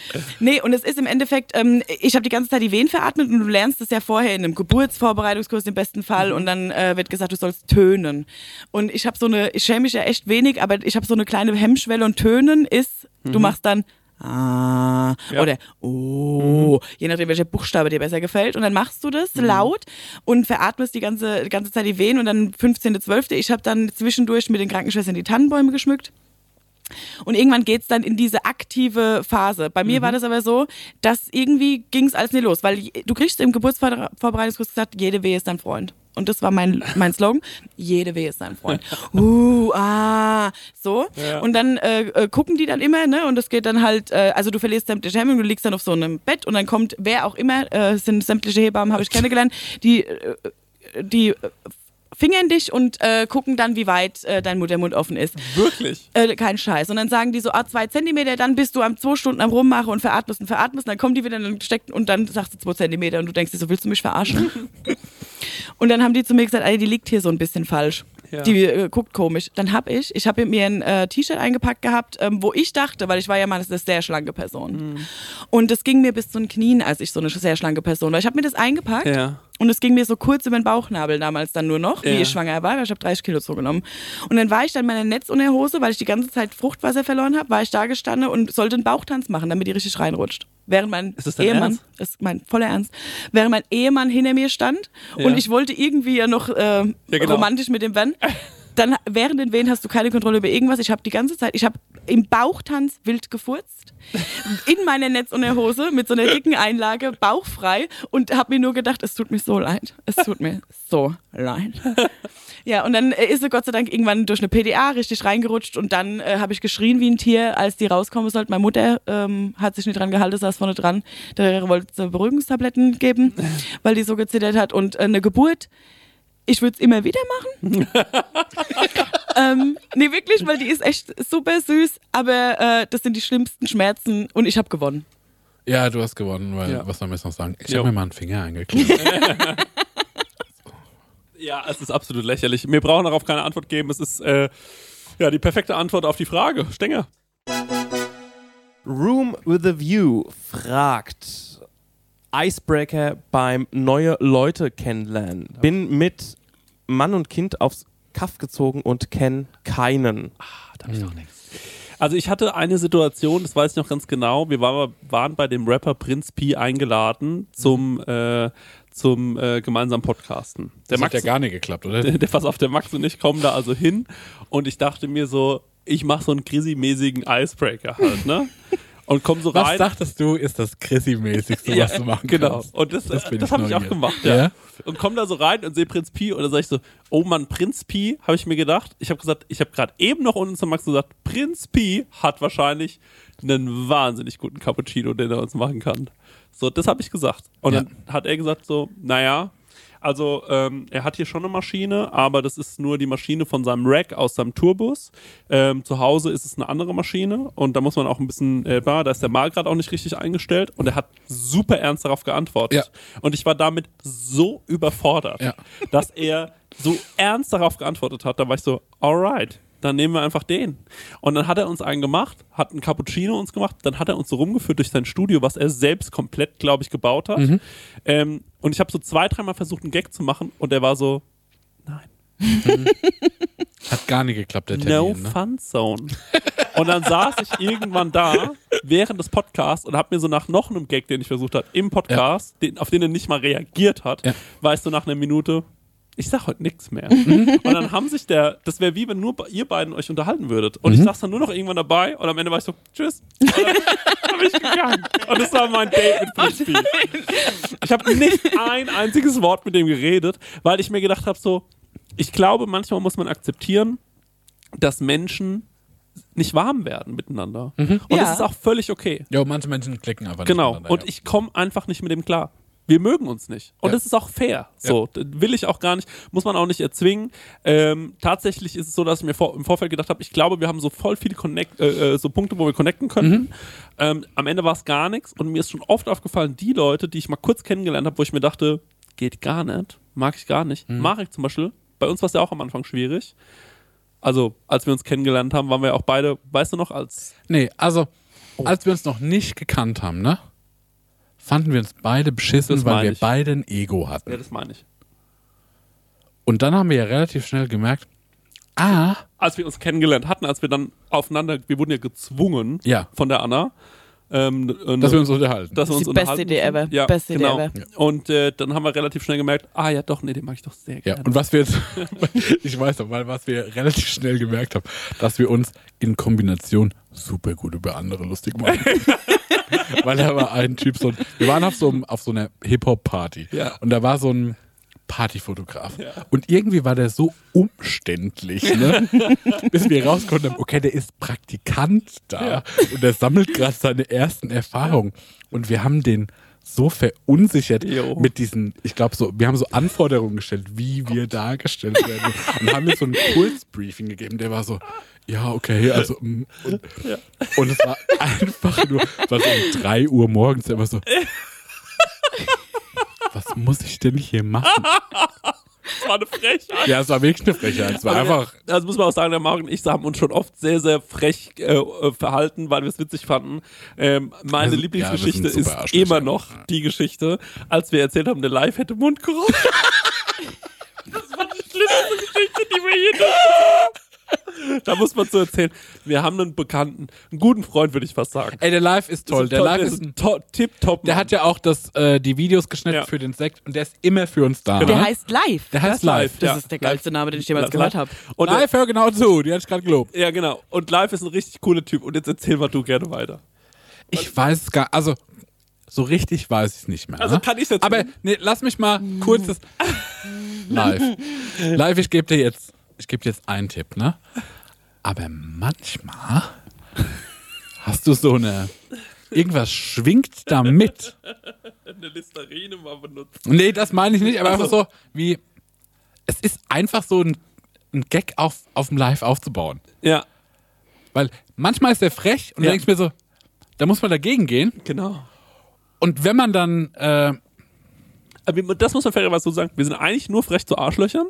C: Nee, und es ist im Endeffekt, ähm, ich habe die ganze Zeit die Wehen veratmet und du lernst es ja vorher in einem Geburtsvorbereitungskurs im besten Fall und dann äh, wird gesagt, du sollst tönen. Und ich habe so eine, ich schäme mich ja echt wenig, aber ich habe so eine kleine Hemmschwelle und tönen ist, du machst dann ah, oder oh, je nachdem, welcher Buchstabe dir besser gefällt. Und dann machst du das laut und veratmest die ganze, die ganze Zeit die Wehen und dann 15.12. Ich habe dann zwischendurch mit den Krankenschwestern die Tannenbäume geschmückt. Und irgendwann geht's dann in diese aktive Phase. Bei mir war das aber so, dass irgendwie ging's alles nicht los, weil j- du kriegst im Geburtsvorbereitungskurs gesagt, jede Wehe ist dein Freund. Und das war mein, mein Slogan, jede Wehe ist dein Freund. Uh, ah, so. Und dann äh, äh, gucken die dann immer, ne? Und es geht dann halt, äh, also du verlierst sämtliche Hemmungen, du liegst dann auf so einem Bett und dann kommt wer auch immer, äh, es sind sämtliche Hebammen, habe ich kennengelernt, die, äh, die äh, fingern dich und äh, gucken dann, wie weit äh, dein Muttermund offen ist.
F: Wirklich?
C: Äh, kein Scheiß. Und dann sagen die so, ah, zwei Zentimeter, dann bist du am zwei Stunden am Rummachen und veratmest und veratmest. Und dann kommen die wieder und dann steckt und dann sagst du zwei Zentimeter und du denkst dir so, willst du mich verarschen? und dann haben die zu mir gesagt, ey, die liegt hier so ein bisschen falsch. Die äh, guckt komisch. Dann hab ich, ich habe mir ein äh, T-Shirt eingepackt gehabt, ähm, wo ich dachte, weil ich war ja mal eine sehr schlanke Person. Und das ging mir bis zu den Knien, als ich so eine sehr schlanke Person war. Ich habe mir das eingepackt
F: Ja.
C: und es ging mir so kurz über den Bauchnabel damals dann nur noch,
F: Ja.
C: wie ich schwanger war, weil ich habe 30 Kilo zugenommen. Und dann war ich dann in meiner Netzunterhose, weil ich die ganze Zeit Fruchtwasser verloren habe, war ich da gestanden und sollte einen Bauchtanz machen, damit die richtig reinrutscht. Während mein
F: Ist das dein
C: Ehemann,
F: Ernst?
C: das ist mein voller Ernst, während mein Ehemann hinter mir stand und ich wollte irgendwie ja noch äh,
F: genau.
C: romantisch mit dem Van. Dann während den Wehen hast du keine Kontrolle über irgendwas. Ich habe die ganze Zeit, ich habe im Bauchtanz wild gefurzt, in meiner Netzunterhose mit so einer dicken Einlage, bauchfrei und habe mir nur gedacht, es tut mir so leid. Es tut mir so leid. Ja, und dann äh, ist sie Gott sei Dank irgendwann durch eine PDA richtig reingerutscht und dann äh, habe ich geschrien wie ein Tier, als die rauskommen sollte. Meine Mutter ähm, hat sich nicht dran gehalten, saß vorne dran. Da wollte sie Beruhigungstabletten geben, weil die so gezittert hat. Und äh, eine Geburt, ich würde es immer wieder machen. ähm, nee, wirklich, weil die ist echt super süß, aber äh, das sind die schlimmsten Schmerzen und ich habe gewonnen.
D: Ja, du hast gewonnen, weil,
F: Ja.
D: was soll man jetzt noch sagen? Ich
F: Jo.
D: habe mir mal einen Finger eingeklemmt.
F: Ja, es ist absolut lächerlich. Wir brauchen darauf keine Antwort geben. Es ist äh, ja die perfekte Antwort auf die Frage. Stenger.
A: Room with a View fragt Icebreaker beim neue Leute kennenlernen. Bin mit Mann und Kind aufs Kaff gezogen und kenn keinen.
F: Also ich hatte eine Situation, das weiß ich noch ganz genau. Wir war, waren bei dem Rapper Prinz P eingeladen zum, äh, zum äh, gemeinsamen Podcasten. Der
D: Das hat ja gar nicht geklappt, oder?
F: der, der, pass auf, der Max und ich kommen da also hin und ich dachte mir so, ich mache so einen Grisi-mäßigen Icebreaker halt, ne? Und komm so
D: Was
F: rein.
D: dachtest du, ist das Chrissy-mäßigste, was du machen
F: genau.
D: kannst?
F: Und das, das,
D: bin
F: habe ich auch
D: neugierig.
F: gemacht, ja.
D: Ja?
F: Und komm da so rein und sehe Prinz Pi und dann sage ich so, oh Mann, Prinz Pi, habe ich mir gedacht. Ich habe gesagt, ich habe gerade eben noch unten zu Max gesagt, Prinz Pi hat wahrscheinlich einen wahnsinnig guten Cappuccino, den er uns machen kann. So, das habe ich gesagt. Und
D: Ja.
F: dann hat er gesagt so, naja, also ähm, er hat hier schon eine Maschine, aber das ist nur die Maschine von seinem Rack aus seinem Tourbus. Ähm, zu Hause ist es eine andere Maschine und da muss man auch ein bisschen, äh, da ist der Malgrad auch nicht richtig eingestellt und er hat super ernst darauf geantwortet. Und ich war damit so überfordert,
D: Ja.
F: dass er so ernst darauf geantwortet hat. Da war ich so, alright. Dann nehmen wir einfach den. Und dann hat er uns einen gemacht, hat einen Cappuccino uns gemacht, dann hat er uns so rumgeführt durch sein Studio, was er selbst komplett, glaube ich, gebaut hat. Ähm, und ich habe so zwei, dreimal versucht, einen Gag zu machen und er war so,
D: Hat gar nicht geklappt, der Termin.
F: No
D: ne?
F: Fun Zone. Und dann saß ich irgendwann da während des Podcasts und habe mir so nach noch einem Gag, den ich versucht habe, im Podcast, den, auf den er nicht mal reagiert hat,
D: Ja.
F: weißt du nach einer Minute, ich sag heute nichts mehr. und dann haben sich der, das wäre wie wenn nur be- ihr beiden euch unterhalten würdet. Und ich saß dann nur noch irgendwann dabei und am Ende war ich so, tschüss. Und dann hab ich gegangen. Und das war mein Date mit Prinz Pi. Ich habe nicht ein einziges Wort mit dem geredet, weil ich mir gedacht habe, so, ich glaube, manchmal muss man akzeptieren, dass Menschen nicht warm werden miteinander. Und
C: Ja.
F: das ist auch völlig okay.
D: Jo, manche Menschen klicken einfach
F: Genau.
D: nicht. miteinander,
F: Und
D: ja.
F: ich komme einfach nicht mit dem klar. Wir mögen uns nicht. Und
D: Ja.
F: das ist auch fair. So, d- will ich auch gar nicht, muss man auch nicht erzwingen. Ähm, tatsächlich ist es so, dass ich mir vor, im Vorfeld gedacht habe, ich glaube, wir haben so voll viele connect, äh, äh, so Punkte, wo wir connecten
D: Mhm.
F: könnten. Ähm, am Ende war es gar nichts und mir ist schon oft aufgefallen, die Leute, die ich mal kurz kennengelernt habe, wo ich mir dachte, geht gar nicht, mag ich gar
D: Mhm.
F: nicht. Marek zum Beispiel, bei uns war es ja auch am Anfang schwierig. Also, als wir uns kennengelernt haben, waren wir ja auch beide, weißt du noch, als
D: Nee, also,
F: Oh.
D: als wir uns noch nicht gekannt haben, ne? Fanden wir uns beide beschissen,
F: Das meine
D: weil wir
F: ich.
D: beide ein Ego hatten.
F: ja, das meine ich.
D: Und dann haben wir ja relativ schnell gemerkt, ah,
F: als wir uns kennengelernt hatten, als wir dann aufeinander, wir wurden ja gezwungen
D: Ja.
F: von der Anna, Ähm, und-
D: dass wir uns unterhalten.
F: dass wir uns
C: die beste
F: unterhalten
C: Idee
F: müssen.
C: ever.
F: Ja,
C: Beste Idee
F: genau.
C: ever.
F: Und äh, dann haben wir relativ schnell gemerkt, ah ja doch, nee, den mag ich doch sehr
D: Ja,
F: gerne.
D: und was wir jetzt, ich weiß noch, weil was wir relativ schnell gemerkt haben, dass wir uns in Kombination super gut über andere lustig machen. weil da war ein Typ so, ein- wir waren auf so, einem- auf so einer Hip-Hop-Party
F: Ja.
D: und da war so ein Partyfotograf. Und irgendwie war der so umständlich, ne? bis wir rausgefunden haben, okay, der ist Praktikant da und der sammelt gerade seine ersten Erfahrungen. Und wir haben den so verunsichert
F: Jo.
D: mit diesen, ich glaube, so, wir haben so Anforderungen gestellt, wie wir dargestellt werden. und haben ihm so ein Kurzbriefing gegeben, der war so, ja, okay, also. mm, Und, und es war einfach nur, es war so um 3 Uhr morgens, der war so. Was muss ich denn hier machen?
F: Das war eine Frechheit.
D: Ja, es war wirklich eine Frechheit. Es war
F: Aber
D: einfach.
F: Der, also muss man auch sagen, der Marc und ich haben uns schon oft sehr, sehr frech äh, äh, verhalten, weil wir es witzig fanden. Ähm, meine
D: Also, ja,
F: Lieblingsgeschichte
D: wir sind super
F: ist
D: Arschlöcher.
F: immer noch die Geschichte, als wir erzählt haben, der Live hätte Mundgeruch. das war die schlimmste Geschichte, die wir je durften. Da muss man zu erzählen. Wir haben einen Bekannten, einen guten Freund, würde ich fast sagen.
D: Ey, der Live ist toll. Der Live ist
F: ein
D: ein
F: to Tip-Top.
D: Der hat ja auch das, äh, die Videos geschnitten
F: Ja.
D: für den Sekt und der ist immer für uns da.
C: Der
D: ne?
C: heißt Live.
D: der heißt live.
C: das
F: ja.
C: ist der geilste Name, den ich jemals gehört habe.
F: Und der-
D: live, hör genau zu, die hat ich gerade gelobt.
F: Ja, genau. Und Live ist ein richtig cooler Typ. Und jetzt erzähl mal du gerne weiter.
D: Ich weiß gar, also so richtig weiß ich es nicht mehr.
F: Also
D: ne?
F: kann ich's erzählen?
D: Aber nee, lass mich mal kurz das live. Live, ich gebe dir jetzt, ich gebe dir jetzt einen Tipp, ne? Aber manchmal hast du so eine irgendwas schwingt da mit.
F: Eine Listerine mal benutzt.
D: Nee, das meine ich nicht, aber einfach so wie es ist einfach so ein, ein Gag auf auf dem Live aufzubauen.
F: Ja,
D: Weil manchmal ist er frech und
F: Ja.
D: dann denke ich mir so, da muss man dagegen gehen.
F: genau.
D: Und wenn man dann, äh,
F: Aber wir- das muss man fairerweise so sagen. Wir sind eigentlich nur frech zu Arschlöchern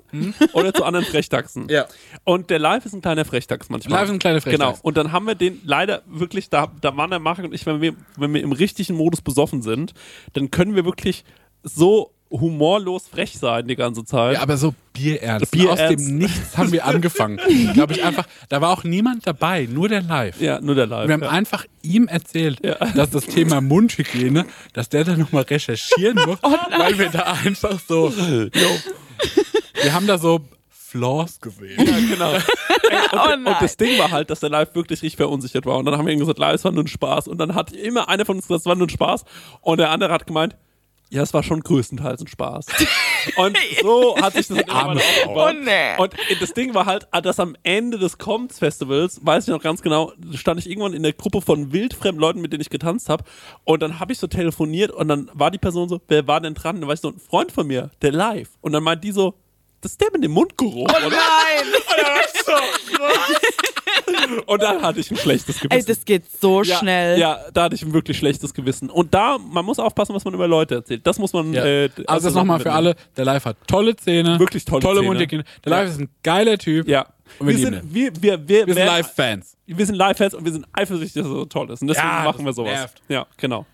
F: oder zu anderen Frechdachsen.
D: Mhm. Ja.
F: Und der Live ist ein kleiner Frechdachs manchmal.
D: Live ist ein kleiner Frechdachs.
F: Genau. Und dann haben wir den leider wirklich, da, da waren der Marc und ich, wenn wir, wenn wir im richtigen Modus besoffen sind, dann können wir wirklich so humorlos frech sein die ganze Zeit.
D: ja, aber so Bierernst.
F: Bierernst.
D: Aus dem Nichts haben wir angefangen. Glaube ich einfach, da war auch niemand dabei, nur der Live.
F: Ja, nur der Live.
D: Und wir haben
F: ja.
D: einfach ihm erzählt, dass das Thema Mundhygiene, dass der da nochmal recherchieren muss,
F: Oh
D: weil wir da einfach so, jo, wir haben da so Flaws gesehen.
F: genau.
C: Oh
F: Und
C: nein.
F: das Ding war halt, dass der Live wirklich richtig verunsichert war. Und dann haben wir ihm gesagt, Live, es war nur ein Spaß. Und dann hat immer einer von uns gesagt, es war nur ein Spaß. Und der andere hat gemeint, ja, es war schon größtenteils ein Spaß. Und so hat sich das dann irgendwann
D: Arme
F: aufgebaut.
C: Oh, nee.
F: Und das Ding war halt, dass am Ende des Comts Festivals, weiß ich noch ganz genau, stand ich irgendwann in der Gruppe von wildfremden Leuten, mit denen ich getanzt habe. Und dann habe ich so telefoniert und dann war die Person so, wer war denn dran? Und dann war ich so, ein Freund von mir, der Live. Und dann meint die so, das ist der mit dem Mundgeruch. oder?
C: Oh Nein!
F: Und dann hatte ich ein schlechtes Gewissen.
C: Ey, das geht so
F: ja,
C: schnell.
F: Ja, da hatte ich ein wirklich schlechtes Gewissen. Und da, man muss aufpassen, was man über Leute erzählt. Das muss man.
D: Ja.
F: Äh,
D: also das nochmal für alle, der Live hat tolle Zähne.
F: Wirklich tolle
D: tolle
F: Zähne.
D: Mundhygiene. Der Live ist ein geiler Typ.
F: Ja.
D: Und wir,
F: wir,
D: lieben ihn.
F: sind, wir, wir, wir,
D: Wir sind
F: wer-
D: Live-Fans.
F: Wir sind Live-Fans und wir sind eifersüchtig, dass es so toll ist. Und deswegen
D: Ja,
F: machen wir
D: das
F: sowas.
D: nervt.
F: Ja, genau.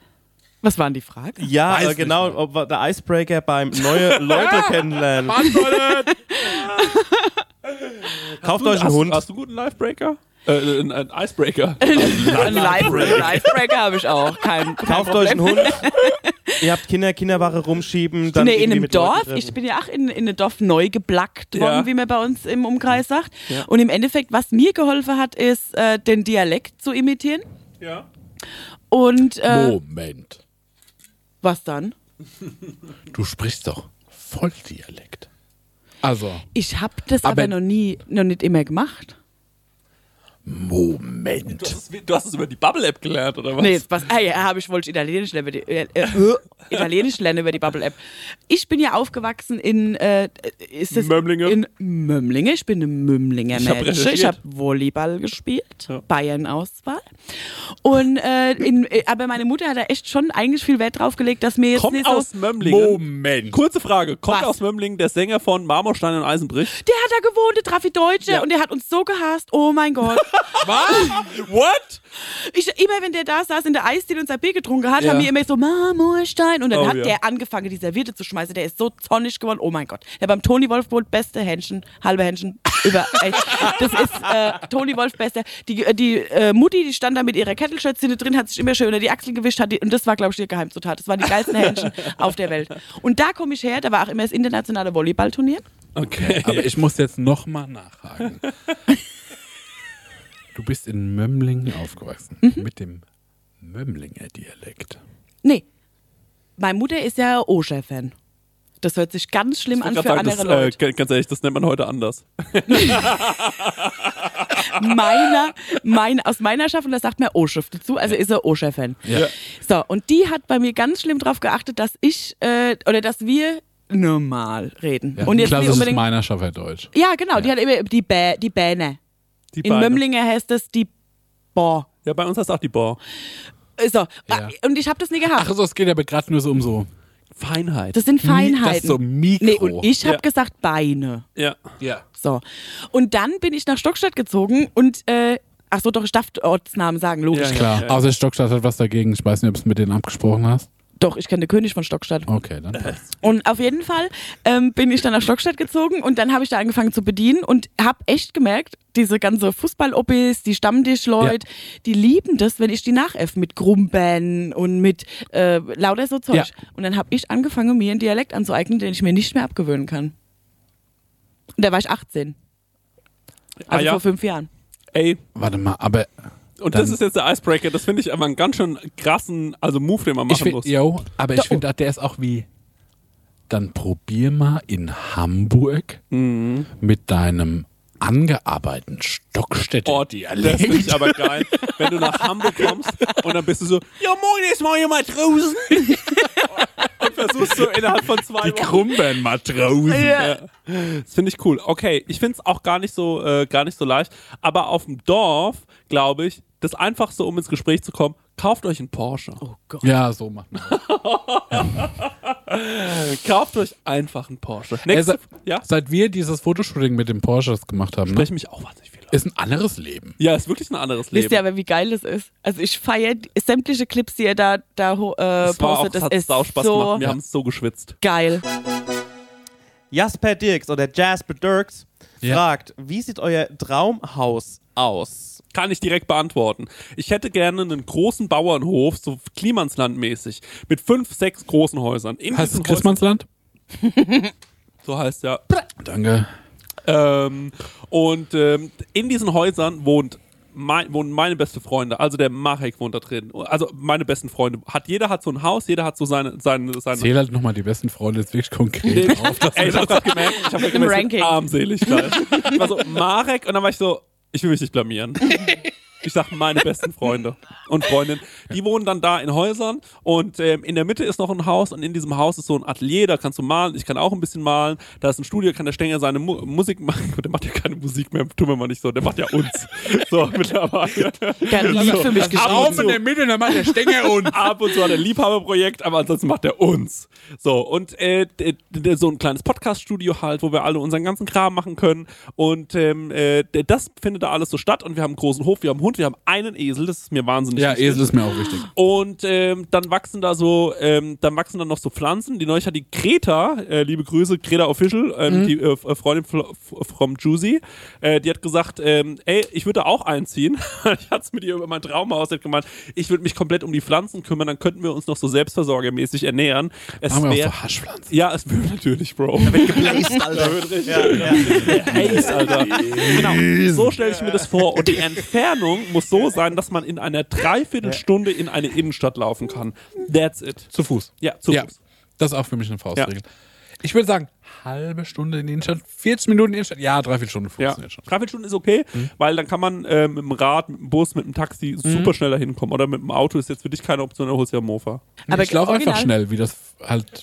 C: Was waren die Fragen?
A: Ja,
D: Weiß
A: äh,
D: nicht
A: genau, ob wir- der Icebreaker beim neue Leute kennenlernen. Kauft euch einen
F: hast,
A: Hund.
F: Hast du einen guten Live-Breaker? Äh, einen, einen Icebreaker.
C: Ein Live- Lifebreaker habe ich auch. Kein, kein
A: Kauft euch einen Hund. Ihr habt Kinder, Kinderwache rumschieben. Dann
C: nee, eh in
A: irgendwie
C: einem
A: mit Leuten
C: Dorf.
A: treffen.
C: Ich bin ja auch in, in einem Dorf neu geblackt worden,
F: Ja.
C: wie man bei uns im Umkreis sagt. Und im Endeffekt, was mir geholfen hat, ist, äh, den Dialekt zu imitieren.
F: ja.
C: Und äh,
D: Moment.
C: was dann?
D: Du sprichst doch voll Dialekt. Also,
C: Ich habe das aber,
D: Aber-
C: noch nie, noch nicht immer gemacht.
F: Du,
D: Moment.
F: hast es, du hast es über die Bubble-App gelernt, oder was?
C: Nee, jetzt passt. Ah, ja, habe ich wollte ich Italienisch lernen über die, äh, äh, Italienisch lernen über die Bubble App. Ich bin ja aufgewachsen in äh, ist das
F: Mömmlinge.
C: In Mömmlinge. Ich bin eine Mömmlinger
F: Ich hab
C: Mädchen. Ich habe
F: recherchiert.
C: Volleyball gespielt,
F: Ja.
C: Bayern Auswahl. Und äh, in, äh, aber meine Mutter hat da echt schon eigentlich viel Wert drauf gelegt, dass mir jetzt
F: Kommt
C: nicht so
F: aus Mömmlingen.
D: Moment.
F: Kurze Frage. Kommt
C: Was?
F: aus Mömmlingen der Sänger von Marmorstein und Eisenbrich?
C: der hat da gewohnt, der Traffi Deutsche,
F: Ja.
C: und der hat uns so gehasst. Oh mein Gott.
I: What?
C: Ich, immer wenn der da saß in der Eisdiele und sein Bier getrunken hat,
I: Ja.
C: haben wir immer so Marmorstein. Und dann
I: Oh,
C: hat
I: ja.
C: der angefangen, die Serviette zu schmeißen. Der ist so zornig geworden. Oh mein Gott. Der beim Toni Wolf wohl beste Händchen, halbe Händchen über. Ey, das ist äh, Toni Wolf beste. Die, äh, die äh, Mutti, die stand da mit ihrer Kettelschürze drin, hat sich immer schön unter die Achseln gewischt. Hat die, und das war, glaube ich, ihr Geheimzutat. Das waren die geilsten Händchen auf der Welt. Und da komme ich her. Da war auch immer das internationale Volleyballturnier.
I: Okay.
D: Aber ich muss jetzt nochmal nachhaken. Du bist in Mömmlingen aufgewachsen. Mit dem Mömmlinger Dialekt.
C: Nee. Meine Mutter ist ja Oscher-Fan. Das hört sich ganz schlimm an für
F: Sagen,
C: andere
F: das,
C: Leute.
F: äh, ganz ehrlich, das nennt man heute anders.
C: meiner, mein, aus meiner Schaffung, da sagt man Oschef dazu, also ist er Oscher-Fan. So, und die hat bei mir ganz schlimm drauf geachtet, dass ich, äh, oder dass wir normal reden.
D: Ja,
C: und jetzt nicht
D: klassisches
C: unbedingt.
D: Meinerschafer Deutsch.
C: Ja, genau, die hat immer die, Bä, die Bäne.
F: Die
C: In
F: Beine.
C: Mömmlinger heißt das die Bor.
F: Ja, bei uns heißt auch die Bar.
C: So, ah,
D: Ja.
C: und ich habe das nie gehabt.
D: Ach so, es geht aber gerade nur so um so.
F: Feinheit.
C: das sind Feinheiten.
D: Das ist so Mikro.
C: Nee, und ich habe
F: Ja.
C: gesagt Beine.
F: ja. Ah,
D: ja.
C: So. Und dann bin ich nach Stockstadt gezogen und, äh, ach so, doch, ich darf Ortsnamen sagen, logisch.
F: Ja, ja.
D: Klar, außer Stockstadt hat was dagegen. Ich weiß nicht, ob du es mit denen abgesprochen hast.
C: Doch, ich kenne den König von Stockstadt.
D: Okay, dann passt.
C: Und auf jeden Fall ähm, bin ich dann nach Stockstadt gezogen und dann habe ich da angefangen zu bedienen und habe echt gemerkt, diese ganze Fußball-Opis, die Stammtischleute, die lieben das, wenn ich die nachäffe mit Grumben und mit äh, lauter so Zeug.
D: Ja.
C: Und dann habe ich angefangen, mir einen Dialekt anzueignen, den ich mir nicht mehr abgewöhnen kann. Und da war ich 18. Also
F: Ah ja.
C: vor fünf Jahren.
F: Ey,
D: Warte mal, aber
F: und
D: Dann-
F: das ist jetzt der Icebreaker. Das finde ich einfach einen ganz schön krassen, also Move, den man
D: ich
F: machen
D: finde,
F: muss.
D: yo, aber
C: Da-
D: ich
F: oh.
D: finde, der ist auch wie. Dann probier mal in Hamburg
F: Mhm.
D: mit deinem angearbeiteten Stockstädter.
F: Oh, das finde ich aber geil, wenn du nach Hamburg kommst und dann bist du so, ja moin, ist mal jemand draußen. und versuchst so innerhalb von zwei Wochen.
D: Krumbernmatrosen.
F: Das finde ich cool. Okay, ich finde es auch gar nicht so, äh, gar nicht so leicht. Aber auf dem Dorf, glaube ich, das Einfachste, um ins Gespräch zu kommen, kauft euch einen Porsche.
D: Ja, so macht man. das.
F: Kauft euch einfach einen Porsche.
D: Ey,
F: Nächste,
D: seit,
F: ja,
D: seit wir dieses Fotoshooting mit dem Porsches gemacht haben, ne,
F: sprechen mich auch wahnsinnig viel an.
D: ist ein anderes Leben.
F: Ja, ist wirklich ein anderes Leben.
C: Wisst ihr aber, wie geil das ist? Also ich feiere sämtliche Clips, die ihr da, da ho- äh,
F: das war auch,
C: postet.
F: das
C: Das
F: hat
C: ist
F: sau Spaß
C: so
F: gemacht. Wir haben es so geschwitzt.
C: geil.
A: Jasper Dirks oder Jasper Dirks
D: Ja.
A: fragt, wie sieht euer Traumhaus aus?
F: Kann ich direkt beantworten. Ich hätte gerne einen großen Bauernhof, so Klimansland-mäßig, mit fünf, sechs großen Häusern. In
D: Heißt es
F: diesen Häusern-
D: Christmannsland?
F: So heißt ja.
D: Danke.
F: Ähm, und ähm, in diesen Häusern wohnt mein, wohnen meine beste Freunde, also der Marek wohnt da drin. Also meine besten Freunde. Hat, jeder hat so ein Haus, jeder hat so seine. seine, seine
D: Zähl halt nochmal die besten Freunde jetzt wirklich konkret auf. Das
F: Ey, ich hab grad gemerkt, ich hab grad
C: Im
F: gemerkt,
C: Ranking.
F: Armseligkeit. Ich war so, Marek, und dann war ich so, ich will mich nicht blamieren. Ich sag meine besten Freunde und Freundinnen. Die wohnen dann da in Häusern und ähm, in der Mitte ist noch ein Haus und in diesem Haus ist so ein Atelier, da kannst du malen, ich kann auch ein bisschen malen. Da ist ein Studio, kann der Stenger seine Mu Musik machen. Gut, der macht ja keine Musik mehr, tun wir mal nicht so, der macht ja uns. So, mittlerweile.
C: Der hat ein Lied für mich geschrieben.
D: Auf in der Mitte, dann macht der Stängel und.
F: Ab und zu hat er ein Liebhaberprojekt, aber ansonsten macht er uns. So, und äh, d- d- so ein kleines Podcast-Studio halt, wo wir alle unseren ganzen Kram machen können. Und ähm, äh, d- das findet da alles so statt. Und wir haben einen großen Hof, wir haben einen Hund, wir haben einen Esel, das ist mir wahnsinnig
D: Ja,
F: wichtig.
D: Esel ist mir auch wichtig.
F: Und ähm, dann wachsen da so, ähm, dann wachsen da noch so Pflanzen. Die neulich hat die Greta, äh, liebe Grüße, Greta Official,
D: Mhm.
F: ähm, die äh, Freundin fl- f- from Juicy, äh, die hat gesagt, ähm, ey, ich würde da auch einziehen. ich hatte es mit ihr über mein Traumhaus die hat gemeint, ich würde mich komplett um die Pflanzen kümmern, dann könnten wir uns noch so selbstversorgermäßig ernähren. Es
D: Haben wir auch
F: wäre
D: so Haschpflanzen.
F: ja, es wird natürlich, Bro. Da wird gebläst, Alter. Da wird richtig gebläst, Alter. Genau, so stelle ich mir das vor. Und die Entfernung muss so sein, dass man in einer Dreiviertelstunde in eine Innenstadt laufen kann. That's it.
D: Zu Fuß.
F: Ja, zu
D: ja.
F: Fuß.
D: Das ist auch für mich eine Faustregel. Ich würde sagen, halbe Stunde in die Innenstadt, 40 Minuten in die Innenstadt. Ja, dreiviertel Stunde
F: Ja,
D: funktioniert schon.
F: Dreiviertelstunde ist okay, weil dann kann man äh, mit dem Rad, mit dem Bus, mit dem Taxi super schnell dahin kommen. Oder mit dem Auto ist jetzt für dich keine Option, dann holst du ja einen Mofa.
C: Aber
D: ich laufe einfach
C: original.
D: schnell, wie das halt.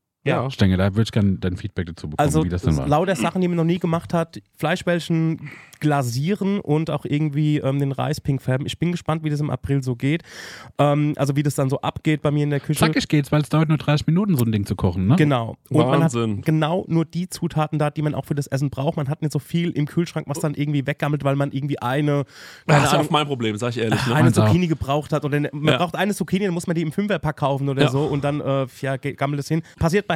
A: Oh. Ja.
D: Stenge, da würde ich gerne dein Feedback dazu bekommen,
A: Also
D: wie das denn war.
A: lauter Sachen, die man noch nie gemacht hat. Fleischbällchen glasieren und auch irgendwie ähm, den Reis pink färben. Ich bin gespannt, wie das im April so geht. Ähm, also wie das dann so abgeht bei mir in der Küche.
D: Zack, ich geht's, weil es dauert nur 30 Minuten, so ein Ding zu kochen, ne?
A: Genau. Und man
F: Wahnsinn.
A: hat genau nur die Zutaten da, die man auch für das Essen braucht. Man hat nicht so viel im Kühlschrank,
D: Oh.
A: was dann irgendwie weggammelt, weil man irgendwie eine, keine
F: Das ist
A: Ahnung,
F: auch mein Problem, sag ich ehrlich. Ne?
A: eine
D: Meins auch.
A: Zucchini gebraucht hat. Oder ne- man
F: Ja.
A: braucht eine Zucchini, dann muss man die im Fünferpack kaufen oder
F: Ja.
A: so und dann äh, ja, ge- gammelt es hin. Passiert bei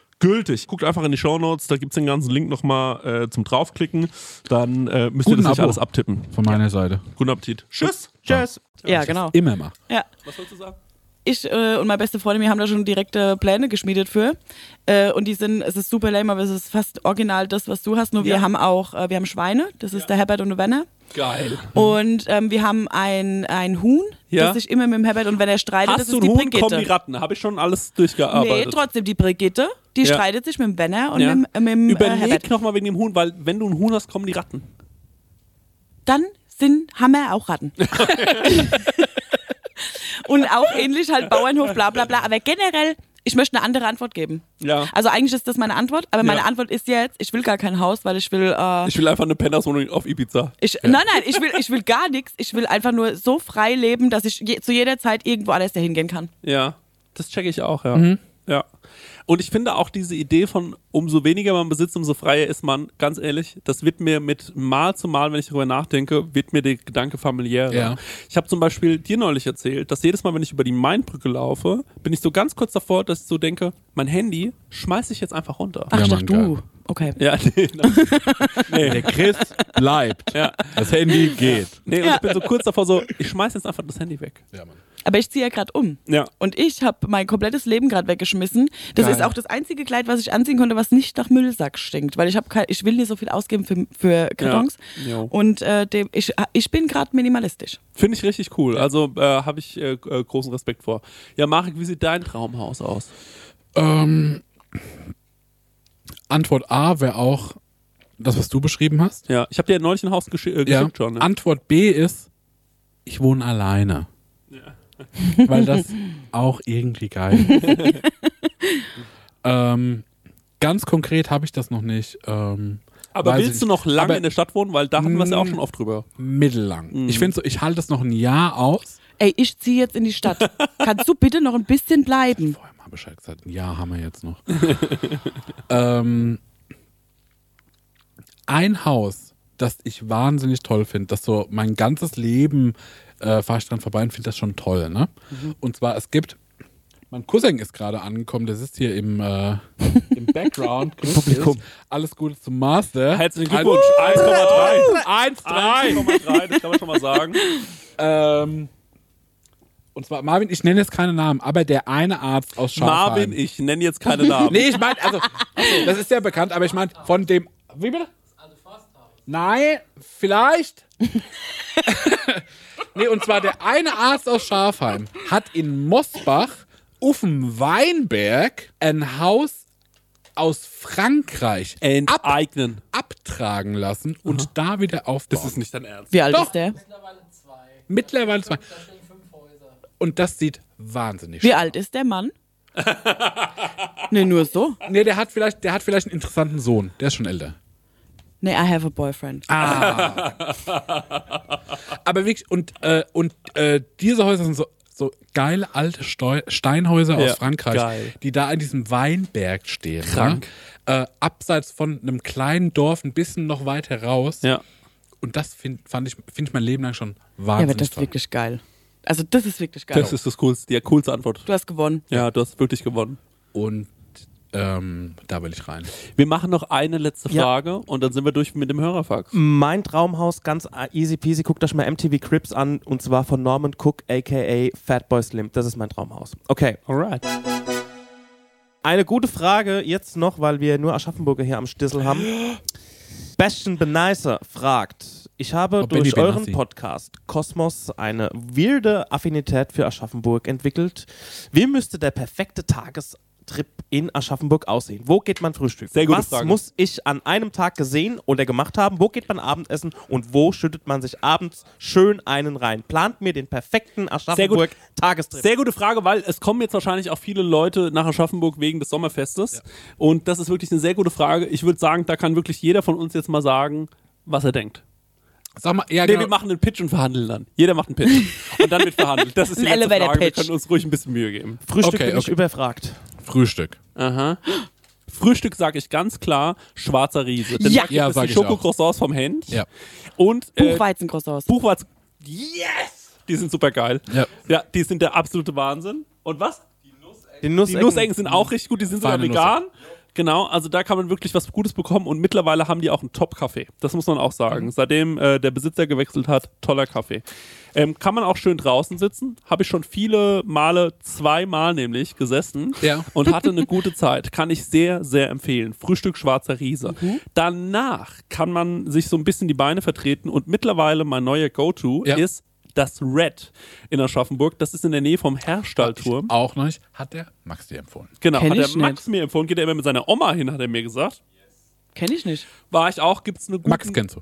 F: gültig. Guckt einfach in die Shownotes, da gibt's den ganzen Link nochmal äh, zum draufklicken. Dann äh, müsst ihr
D: Guten
F: das nicht
D: Abo.
F: alles abtippen.
D: Von meiner Seite.
F: Guten Appetit. Tschüss.
A: Tschüss.
C: Ja, genau.
D: Immer mal.
C: Ja.
F: Was sollst du sagen?
C: ich äh, und meine beste Freundin, wir haben da schon direkte Pläne geschmiedet für. Äh, und die sind, es ist super lame, aber es ist fast original das, was du hast. Nur wir haben auch, äh, wir haben Schweine, das ist der Herbert und der Werner.
F: Geil.
C: Und ähm, wir haben ein, ein Huhn,
F: Mhm. Ja.
C: das sich immer mit dem Herbert und wenn er streitet, das
F: Hast du
C: ist die
F: einen Huhn, kommen die
C: Brigitte.
F: Ratten. Habe ich schon alles
C: Nee,
F: durchgearbeitet.
C: trotzdem die Brigitte, die
F: Ja.
C: streitet sich mit dem Werner und
F: Ja.
C: mit, dem- äh, mit dem äh,
F: Überleg
C: Herbert.
F: nochmal wegen dem Huhn, weil wenn du einen Huhn hast, kommen die Ratten.
C: Dann sind, haben wir auch Ratten. und auch ähnlich halt Bauernhof, bla bla bla. Aber generell, ich möchte eine andere Antwort geben.
F: Ja.
C: Also eigentlich ist das meine Antwort, aber meine
F: Ja.
C: Antwort ist jetzt, ich will gar kein Haus, weil ich will, äh,
F: Ich will einfach eine Pennerswohnung auf Ibiza.
C: ich, nein, nein, ich will, ich will gar nichts. Ich will einfach nur so frei leben, dass ich je, zu jeder Zeit irgendwo alles dahin gehen kann.
F: Ja, das checke ich auch, ja.
D: Mhm.
F: Ja. Und ich finde auch diese Idee von, umso weniger man besitzt, umso freier ist man, ganz ehrlich, das wird mir mit Mal zu Mal, wenn ich darüber nachdenke, wird mir der Gedanke familiärer.
D: Ja.
F: Ich habe zum Beispiel dir neulich erzählt, dass jedes Mal, wenn ich über die Mainbrücke laufe, bin ich so ganz kurz davor, dass ich so denke, mein Handy schmeiße ich jetzt einfach runter.
C: Ach,
D: Ja,
C: ich dachte
D: Mann,
C: du.
D: geil.
C: Okay.
F: Ja, nee, nein.
D: Der Chris bleibt.
F: ja.
D: Das Handy geht.
F: Nee, und ich bin so kurz davor so, ich schmeiße jetzt einfach das Handy weg.
C: Aber ich ziehe ja gerade um.
F: Ja.
C: Und ich habe mein komplettes Leben gerade weggeschmissen. Das ist auch das einzige Kleid, was ich anziehen konnte, was nicht nach Müllsack stinkt. Weil ich habe kein, ich will nicht so viel ausgeben für, für Kartons.
F: Ja. Jo.
C: Und äh, dem, ich, ich bin gerade minimalistisch.
F: Finde ich richtig cool. Also äh, habe ich äh, äh, großen Respekt vor. Ja, Marek, wie sieht dein Traumhaus aus?
D: Ähm, Antwort A wäre auch das, was du beschrieben hast.
F: Ja, ich habe dir ja neulich ein Haus geschi äh, geschickt schon. Ne?
D: Antwort B ist, ich wohne alleine. weil das auch irgendwie geil ist. ähm, ganz konkret habe ich das noch nicht. Ähm,
F: Aber
D: weiß ich
F: willst du
D: nicht.
F: noch lange
D: Aber-
F: in der Stadt wohnen? Weil da hatten wir es ja auch
D: Mm.
F: schon oft drüber.
D: Mittellang. Ich finde so, ich halte das noch ein Jahr aus.
C: Ey, ich ziehe jetzt in die Stadt. Kannst du bitte noch ein bisschen bleiben?
D: Vorher mal Bescheid gesagt. Ein Jahr haben wir jetzt noch. ähm, ein Haus, das ich wahnsinnig toll finde, das so mein ganzes Leben äh, fahre ich dran vorbei und finde das schon toll. Ne? Und zwar, es gibt, mein Cousin ist gerade angekommen, der sitzt hier im, äh, im Background. Grüß dich. Alles Gute zum Master.
F: Herzlichen Glückwunsch. 1,3.
D: 1,3.
F: 1,3, das kann man schon mal sagen.
D: Ähm, und zwar, Marvin, ich nenne jetzt keine Namen, aber der eine Arzt aus Schafheim.
F: Marvin, ich nenne jetzt keine Namen.
D: Nee, ich meine, also, das ist ja bekannt, aber ich meine, von dem. Wie bitte? Nein, vielleicht. nee, und zwar der eine Arzt aus Schafheim hat in Mosbach auf dem Weinberg ein Haus aus Frankreich ab,
F: Enteignen.
D: abtragen lassen und da wieder aufbauen. Das ist
F: Nicht dein Ernst.
C: Wie alt
D: Doch.
C: ist der?
D: mittlerweile zwei. Und das sieht wahnsinnig
C: Wie alt ist der Mann? nee, nur so.
D: Nee, der hat vielleicht, der hat vielleicht einen interessanten Sohn. Der ist schon älter.
C: Nee, I have a boyfriend.
F: Ah,
D: Aber wirklich, und, äh, und äh, diese Häuser sind so, so geile alte Steu Steinhäuser aus
F: Ja,
D: Frankreich,
F: geil.
D: die da in diesem Weinberg stehen. Krank. Ne? Äh, abseits von einem kleinen Dorf, ein bisschen noch weiter raus.
F: Ja.
D: Und das find, fand ich, finde ich mein Leben lang schon
C: ja, aber
D: wahnsinnig
C: das ist
D: toll.
C: wirklich geil. Also das ist wirklich geil.
F: Das ist das coolste, die coolste Antwort.
C: du hast gewonnen.
F: Ja, du hast wirklich gewonnen.
D: Und ähm, da will ich rein.
F: Wir machen noch eine letzte
A: Ja.
F: Frage und dann sind wir durch mit dem Hörerfax.
A: Mein Traumhaus, ganz easy peasy, guckt euch mal MTV Crips an und zwar von Norman Cook, aka Fatboy Slim. Das ist mein Traumhaus. Okay. Alright. Eine gute Frage jetzt noch, weil wir nur Aschaffenburger hier am Stissel haben. Bastian Beneiser fragt, ich habe
D: Oh, Benny
A: durch euren
D: Benassi.
A: Podcast Kosmos eine weirde Affinität für Aschaffenburg entwickelt. Wie müsste der perfekte Tagestrip in Aschaffenburg aussehen? Wo geht man frühstücken?
F: Sehr gute
A: Was
F: Frage.
A: muss ich an einem Tag gesehen oder gemacht haben? Wo geht man Abendessen und wo schüttet man sich abends schön einen rein? Plant mir den perfekten
F: gut.
A: Aschaffenburg-Tagestrip.
F: Sehr gute Frage, weil es kommen jetzt wahrscheinlich auch viele Leute nach Aschaffenburg wegen des Sommerfestes. Und das ist wirklich eine sehr gute Frage. Ich würde sagen, da kann wirklich jeder von uns jetzt mal sagen, was er denkt.
D: Sag mal, ja,
F: Nee,
D: genau.
F: wir machen einen Pitch und verhandeln dann. Jeder macht einen Pitch. und dann wird verhandelt. Das ist die
C: Ein
F: letzte
C: Elevator
F: Frage. Wir
C: Pitch.
F: können uns ruhig ein bisschen Mühe geben.
A: Frühstück
D: Okay,
A: bin ich
D: okay.
A: überfragt.
D: Frühstück.
F: Aha. Frühstück sage ich ganz klar, schwarzer Riese. Denn
C: Ja.
F: da gibt
D: Ja,
F: es
D: sag
F: die
D: ich auch.
F: Schokocroissants vom Hend.
D: Ja.
F: Und äh,
C: Buchweizen Buchweizenkrosshaus.
F: Buchweiz. Yes! Die sind super geil.
D: Ja.
F: ja, die sind der absolute Wahnsinn. Und was?
A: Den
F: Die
A: Nussecken.
F: Nussengen sind auch richtig gut, die sind sogar
D: Feine
F: vegan. Genau, also da kann man wirklich was Gutes bekommen und mittlerweile haben die auch einen Top-Kaffee. Das muss man auch sagen.
D: Mhm.
F: Seitdem äh, der Besitzer gewechselt hat, toller Kaffee. Ähm, kann man auch schön draußen sitzen. Habe ich schon viele Male, zweimal nämlich, gesessen
D: Ja.
F: und hatte eine gute Zeit. Kann ich sehr, sehr empfehlen. Frühstück schwarzer Riese.
D: Mhm.
F: Danach kann man sich so ein bisschen die Beine vertreten und mittlerweile mein neuer Go-To
D: Ja.
F: ist das Red in Aschaffenburg. Das ist in der Nähe vom Herrstallturm.
D: Auch noch nicht. Hat der Max dir empfohlen.
F: Genau,
C: Kenn
F: hat der
C: ich
F: Max mir empfohlen, geht er immer mit seiner Oma hin, hat er mir gesagt.
C: Kenn ich nicht.
F: War ich auch, gibt's eine gute.
D: Max kennst du.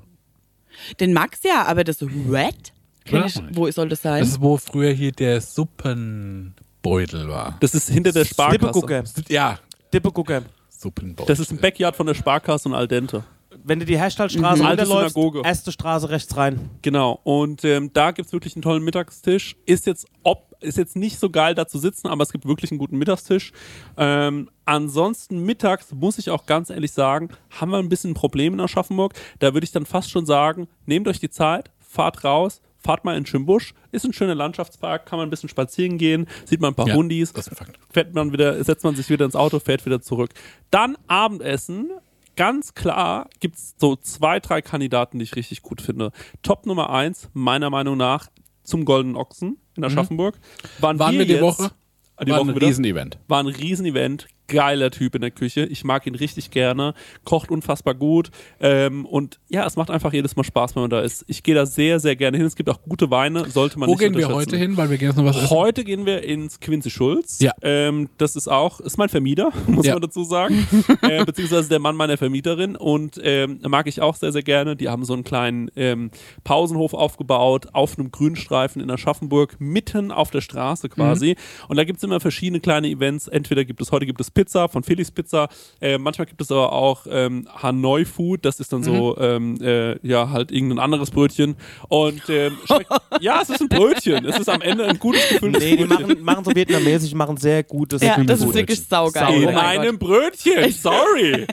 C: Den Max ja, aber das Red? Kenn
D: Ja.
C: ich. Wo soll das sein?
D: Das ist, wo früher hier der Suppenbeutel war.
F: Das ist hinter der Sparkasse.
A: Dippegucke.
D: ja,
A: Dippegucke.
D: Suppenbeutel.
F: Das ist ein Backyard von der Sparkasse und Aldente.
A: Wenn du die Herstallstraße
F: Mhm. Alte
A: runterläufst,
F: Synagoge.
A: erste Straße rechts rein.
F: Genau. Und ähm, da gibt's wirklich einen tollen Mittagstisch. Ist jetzt, ob, ist jetzt nicht so geil, da zu sitzen, aber es gibt wirklich einen guten Mittagstisch. Ähm, ansonsten mittags muss ich auch ganz ehrlich sagen, haben wir ein bisschen ein Problem in Aschaffenburg. Da würde ich dann fast schon sagen, nehmt euch die Zeit, fahrt raus. Fahrt mal in Schimbusch, ist ein schöner Landschaftspark, kann man ein bisschen spazieren gehen, sieht man ein paar
D: Ja,
F: Hundis,
D: das ist ein Fakt.
F: fährt man wieder, setzt man sich wieder ins Auto, fährt wieder zurück. Dann Abendessen. Ganz klar gibt es so zwei, drei Kandidaten, die ich richtig gut finde. Top Nummer eins, meiner Meinung nach, zum Goldenen Ochsen in Aschaffenburg.
D: Mhm. Waren wir die Woche?
F: Ah, Die
D: war
F: Woche
D: ein
F: wieder?
D: Riesenevent.
F: War ein Riesenevent. geiler Typ in der Küche. Ich mag ihn richtig gerne, kocht unfassbar gut. Ähm, und ja, es macht einfach jedes Mal Spaß, wenn man da ist. Ich gehe da sehr, sehr gerne hin. Es gibt auch gute Weine, sollte man
D: Wo
F: nicht
D: gehen wir
F: unterschätzen.
D: heute hin? Weil wir gehen jetzt noch was essen.
F: Heute gehen wir ins Quincy Schulz.
D: Ja.
F: Ähm, das ist auch, ist mein Vermieter, muss
D: Ja.
F: man dazu sagen. äh, beziehungsweise der Mann meiner Vermieterin. Und ähm, mag ich auch sehr, sehr gerne. Die haben so einen kleinen ähm, Pausenhof aufgebaut, auf einem Grünstreifen in Aschaffenburg, mitten auf der Straße quasi.
A: Mhm.
F: Und da gibt es immer verschiedene kleine Events. Entweder gibt es, heute gibt es Pizza von Phillies Pizza. Äh, manchmal gibt es aber auch ähm, Hanoi Food. Das ist dann so,
A: Mhm.
F: ähm, äh, ja, halt irgendein anderes Brötchen. Und ähm, schmeckt, ja, es ist ein Brötchen. Es ist am Ende ein gutes gefülltes
A: Nee, die
F: Brötchen.
A: machen, machen so vietnamesisch, machen sehr gutes
C: Ja, das
A: Food.
C: ist wirklich saugeil.
F: In
A: Oh mein
F: einem Brötchen, sorry.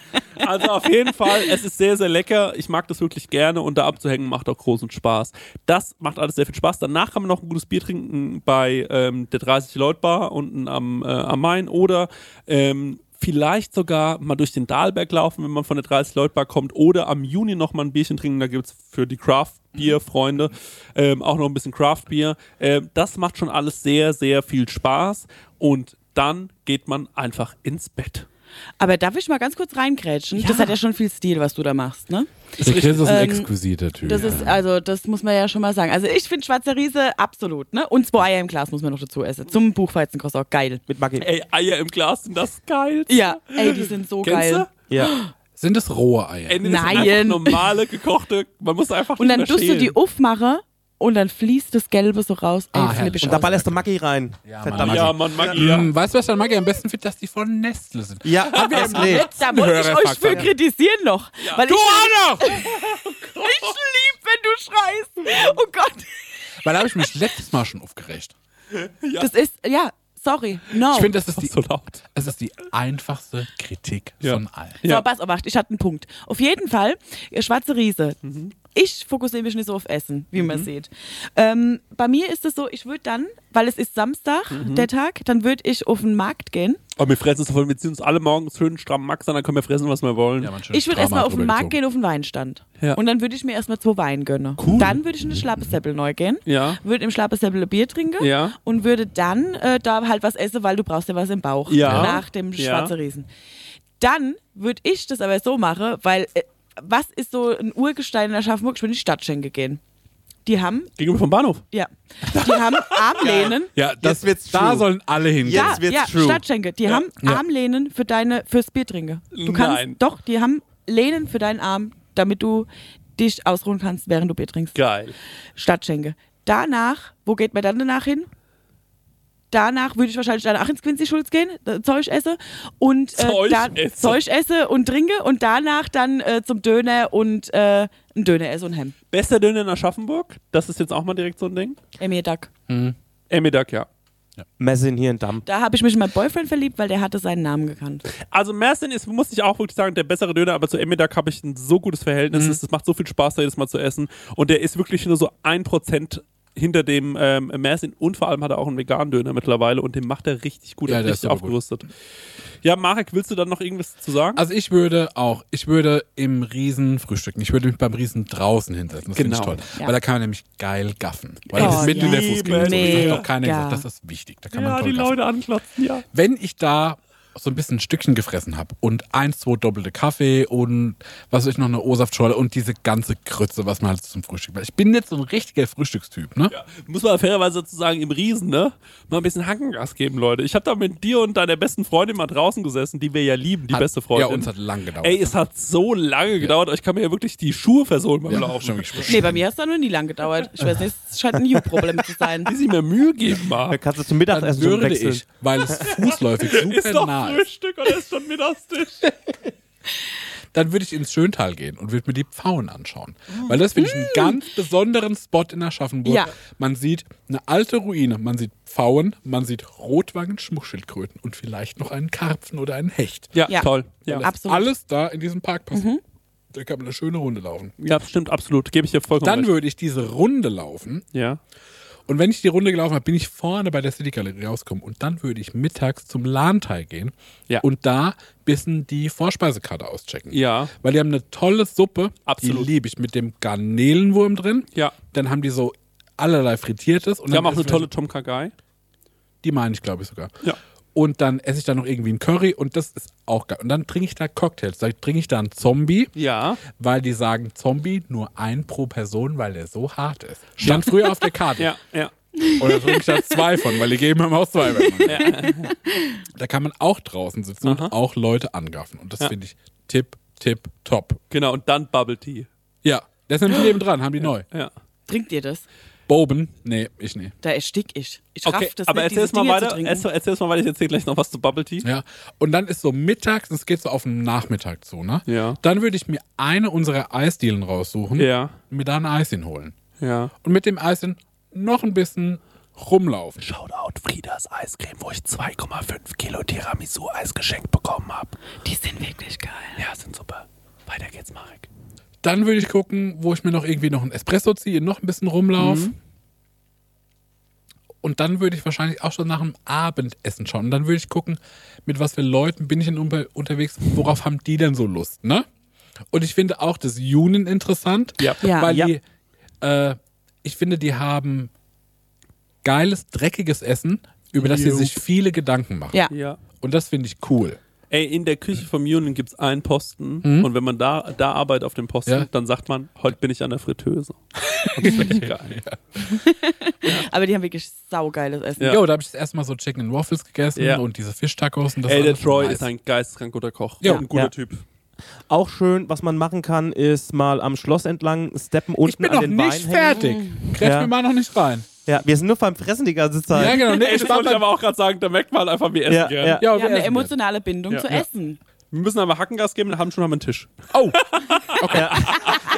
F: Also auf jeden Fall, es ist sehr, sehr lecker. Ich mag das wirklich gerne und da abzuhängen macht auch großen Spaß. Das macht alles sehr viel Spaß. Danach kann man noch ein gutes Bier trinken bei ähm, der 30-Leut-Bar unten am, äh, am Main oder ähm, vielleicht sogar mal durch den Dahlberg laufen, wenn man von der 30-Leut-Bar kommt oder am Juni noch mal ein Bierchen trinken. Da gibt es für die Craft-Bier-Freunde ähm, auch noch ein bisschen Craft-Bier. Ähm, das macht schon alles sehr, sehr viel Spaß und dann geht man einfach ins Bett.
C: Aber darf ich mal ganz kurz reingrätschen? Das hat ja schon viel Stil, was du da machst, ne?
D: Der Chris ist ein
C: Ähm,
D: exquisiter Typ.
C: Das ist, also, das muss man ja schon mal sagen. Also, ich finde Schwarzer Riese absolut, ne? Und zwei Eier im Glas muss man noch dazu essen. Zum Buchweizenkross auch geil.
A: Mit Maggi.
F: Ey, Eier im Glas sind das geil.
C: Ja, ey, die sind so
F: Kennst
C: geil.
F: du?
A: Ja.
D: Sind es rohe Eier?
F: Ey, nee, das sind
C: Nein.
F: einfach normale, gekochte, man muss einfach
C: Und dann
F: nicht mehr
C: tust du die
F: schälen.
C: aufmache und dann fließt das Gelbe so raus. Ey,
D: Ah,
C: flipp ich
D: herrlich.
A: Und da
C: aus.
A: ballerst du Maggi rein. Ja, Verdammt.
F: Ja, man mag ja.
D: Hm, weißt du, was dann mag? Am besten finde, dass die von Nestle sind.
A: Ja, das lebt.
C: Da wollte ich euch
D: Hörerfakt
C: für
D: an.
C: kritisieren noch. Weil
D: Du
C: ich,
D: auch noch!
C: ich lieb, wenn du schreist. Oh Gott.
D: Weil da habe ich mich letztes Mal schon aufgeregt.
C: Das ist, ja, sorry, no.
D: Ich finde, das, ist die-
F: So laut.
D: das ist die einfachste Kritik von allen.
C: So, pass auf, acht, ich hatte einen Punkt. Auf jeden Fall, ihr schwarze Riese. Ich fokussiere mich nicht so auf Essen, wie man sieht. Ähm, bei mir ist es so, ich würde dann, weil es ist Samstag, der Tag, dann würde ich auf den Markt gehen.
F: Aber Oh, wir fressen es voll, wir ziehen uns alle morgens schön stramm Max an, dann können wir fressen, was wir wollen.
D: Ja, man, schönes
C: Ich würde
D: Drama
C: erstmal auf den
D: drüber
C: Markt
D: gezogen.
C: gehen, auf den Weinstand.
F: Ja.
C: Und dann würde ich mir erstmal zwei Wein gönnen. Cool. Dann würde ich in den Schlappesäppel neu gehen.
F: Ja.
C: Würde im Schlappesäppel ein Bier trinken.
F: Ja.
C: Und würde dann äh, da halt was essen, weil du brauchst ja was im Bauch.
F: Ja.
C: Nach dem
F: Ja.
C: Schwarzen Riesen. Dann würde ich das aber so machen, weil äh, was ist so ein Urgestein in Aschaffenburg? Ich würde in die Stadtschenke gehen. Die haben,
F: Gegenüber vom Bahnhof.
C: ja, die haben Armlehnen.
D: Ja, das,
A: wird's
D: da
A: true.
D: sollen alle hingehen.
C: Ja,
A: Jetzt wird's
C: ja
A: true.
C: Stadtschenke. Die haben Armlehnen für deine, fürs Bier trinken. Du kannst,
F: Nein.
C: doch, die haben Lehnen für deinen Arm, damit du dich ausruhen kannst, während du Bier trinkst.
F: Geil.
C: Stadtschenke. Danach, wo geht man dann danach hin? Danach würde ich wahrscheinlich danach ins Quincy Schulz gehen, äh, Zeug esse und äh,
F: Zeug
C: da,
F: esse.
C: Zeug esse und trinke und danach dann äh, zum Döner und äh, ein Döner esse und Hemm.
F: Bester Döner in Aschaffenburg, das ist jetzt auch mal direkt so ein Ding.
C: Emil Duck.
F: Emidak, ja.
A: Messe in hier in Damm.
C: Da habe ich mich in meinen Boyfriend verliebt, weil der hatte seinen Namen gekannt.
F: Also Mersin ist, muss ich auch wirklich sagen, der bessere Döner, aber zu Emidak habe ich ein so gutes Verhältnis.
D: Mhm.
F: Es macht so viel Spaß, da jedes Mal zu essen. Und der ist wirklich nur so ein Prozent hinter dem ähm, Mersin. Und vor allem hat er auch einen veganen Döner mittlerweile und den macht er richtig gut.
D: Ja,
F: Ja,
D: der ist
F: richtig
D: super gut.
F: aufgerüstet. Ja, Marek, willst du dann noch irgendwas zu sagen?
D: Also ich würde auch, ich würde im Riesen frühstücken. Ich würde mich beim Riesen draußen hinsetzen. Das
F: Genau.
D: finde ich toll.
C: Ja.
D: Weil da kann man nämlich geil gaffen. Weil das
C: Oh,
D: ist mitten
C: ja.
D: in der Fußgängerzone. Das hat
C: Mega.
D: doch keiner gesagt. Das ist wichtig. Da kann man toll gaffen.
F: anklopfen, ja.
D: Wenn ich da so ein bisschen Stückchen gefressen habe und eins, zwei doppelte Kaffee und was weiß ich noch, eine O-Saftschorle und diese ganze Krütze, was man halt zum Frühstück macht. Ich bin jetzt so ein richtiger Frühstückstyp, ne?
F: Muss man fairerweise dazu sagen, im Riesen, ne? Mal ein bisschen Hackengas geben, Leute. Ich habe da mit dir und deiner besten Freundin mal draußen gesessen, die wir ja lieben, die
D: Hat-
F: beste Freundin.
D: Ja, uns hat lang gedauert.
F: Ey, es hat so lange gedauert, ich kann mir ja wirklich die Schuhe versohlen beim
D: ja,
F: Laufen.
D: schon, ich schwör.
C: Nee, bei mir hat es da noch nie lang gedauert. Ich weiß nicht, es scheint ein You-Problem zu sein.
F: Die sie mir Mühe geben, mal.
A: Kannst du zum
D: Dann
A: Mittagessen schon
D: würde
A: wechseln.
D: ich, weil es fußläufig super nah ist,
F: Frühstück oder ist schon Mittagstisch?
D: dann würde ich ins Schöntal gehen und würde mir die Pfauen anschauen. Weil das finde ich einen ganz besonderen Spot in Aschaffenburg.
C: Ja.
D: Man sieht eine alte Ruine, man sieht Pfauen, man sieht Rotwangen, Schmuckschildkröten und vielleicht noch einen Karpfen oder einen Hecht.
F: Ja,
C: Ja.
F: toll. Ja,
D: Weil das
C: Absolut.
D: Alles da in diesem Park passiert. Da kann man eine schöne Runde laufen.
F: ja stimmt, absolut. Gebe ich dir vollkommen
D: Dann
F: recht.
D: würde ich diese Runde laufen
F: Ja.
D: und wenn ich die Runde gelaufen habe, bin ich vorne bei der City Galerie rausgekommen und dann würde ich mittags zum Lahnteil gehen
F: Ja.
D: und da bisschen die Vorspeisekarte auschecken.
F: Ja.
D: Weil die haben eine tolle Suppe,
F: Absolut.
D: die liebe ich, mit dem Garnelenwurm drin.
F: Ja.
D: Dann haben die so allerlei frittiertes und
F: Wir
D: dann
F: haben auch
D: ist
F: eine
D: vielleicht-
F: tolle Tom Kagai.
D: die meine ich glaube ich sogar.
F: Ja.
D: und dann esse ich da noch irgendwie ein Curry und das ist auch geil. Und dann trinke ich da Cocktails. Da trinke ich da einen Zombie,
F: Ja.
D: weil die sagen Zombie nur ein pro Person, weil der so hart ist. Stand früher auf der Karte.
F: Ja, ja.
D: Und da trinke ich da zwei von, weil die geben einem auch zwei. wenn man will. Da kann man auch draußen sitzen und auch Leute angaffen. Und das finde ich tipp, tipp, top.
F: Genau, und dann Bubble Tea.
D: Ja, das sind die neben dran, haben die neu.
F: Ja.
C: Trinkt ihr das?
D: Boben? Nee, ich nee.
C: Da erstick ich. Ich raff
F: Okay,
C: das
F: aber
C: nicht,
F: erzähl's
C: diese
F: mal
C: Dinge
F: weiter.
C: zu trinken.
F: Erzähl, erzähl's mal weiter. Ich erzähl gleich noch was zu Bubble Tea.
D: Ja. Und dann ist so mittags, es geht so auf den Nachmittag zu, ne?
F: Ja.
D: Dann würde ich mir eine unserer Eisdielen raussuchen
F: Ja.
D: und mir da ein Eis hinholen.
F: Ja.
D: Und mit dem Eis dann noch ein bisschen rumlaufen.
I: Shoutout Friedas Eiscreme, wo ich 2,5 Kilo Tiramisu-Eis geschenkt bekommen habe.
C: Die sind wirklich geil.
I: Ja, sind super. Weiter geht's, Marek.
D: Dann würde ich gucken, wo ich mir noch irgendwie noch einen Espresso ziehe, noch ein bisschen
F: Mhm.
D: rumlaufe. Und dann würde ich wahrscheinlich auch schon nach dem Abendessen schauen. Und dann würde ich gucken, mit was für Leuten bin ich denn unter unterwegs, worauf haben die denn so Lust, ne? Und ich finde auch das Union interessant,
C: Ja.
D: weil
C: Ja.
D: die, äh, ich finde, die haben geiles, dreckiges Essen, über das sie sich viele Gedanken machen.
C: Ja.
F: Ja.
D: Und das finde ich cool.
F: Ey, in der Küche vom Union gibt's einen Posten.
A: Mhm.
F: Und wenn man da, da arbeitet auf dem Posten,
D: Ja.
F: dann sagt man, heute bin ich an der Fritteuse. Und das finde ich geil.
C: Aber die haben wirklich saugeiles Essen.
F: Ja.
D: Jo, da habe ich das erste Mal so Chicken and Waffles gegessen
F: Ja.
D: und diese Fischtacos. Und das
F: Ey, der
D: alles
F: Troy
D: nice.
F: ist ein geisteskrank guter Koch.
D: Ja.
F: Und ein guter
A: Ja.
F: Typ.
A: Auch schön, was man machen kann, ist mal am Schloss entlang steppen unten
D: Ich bin
A: an
D: noch
A: den
D: nicht
A: Wein hängen.
D: fertig. Kräft
A: Ja.
D: mir mal noch nicht rein.
A: Ja, wir sind nur beim Fressen die ganze Zeit.
D: Ja, genau. Nee,
F: Ey,
D: ich
F: das
D: war
F: wollte ich
D: bei,
F: aber auch gerade sagen, da merkt man einfach, wir essen
A: Ja,
F: gerne.
A: ja.
D: ja,
C: Wir haben eine
D: essen jetzt.
C: emotionale Bindung zu Essen.
F: Wir müssen aber Hackengas geben, dann haben schon haben wir einen Tisch.
D: Oh. Okay. Ja,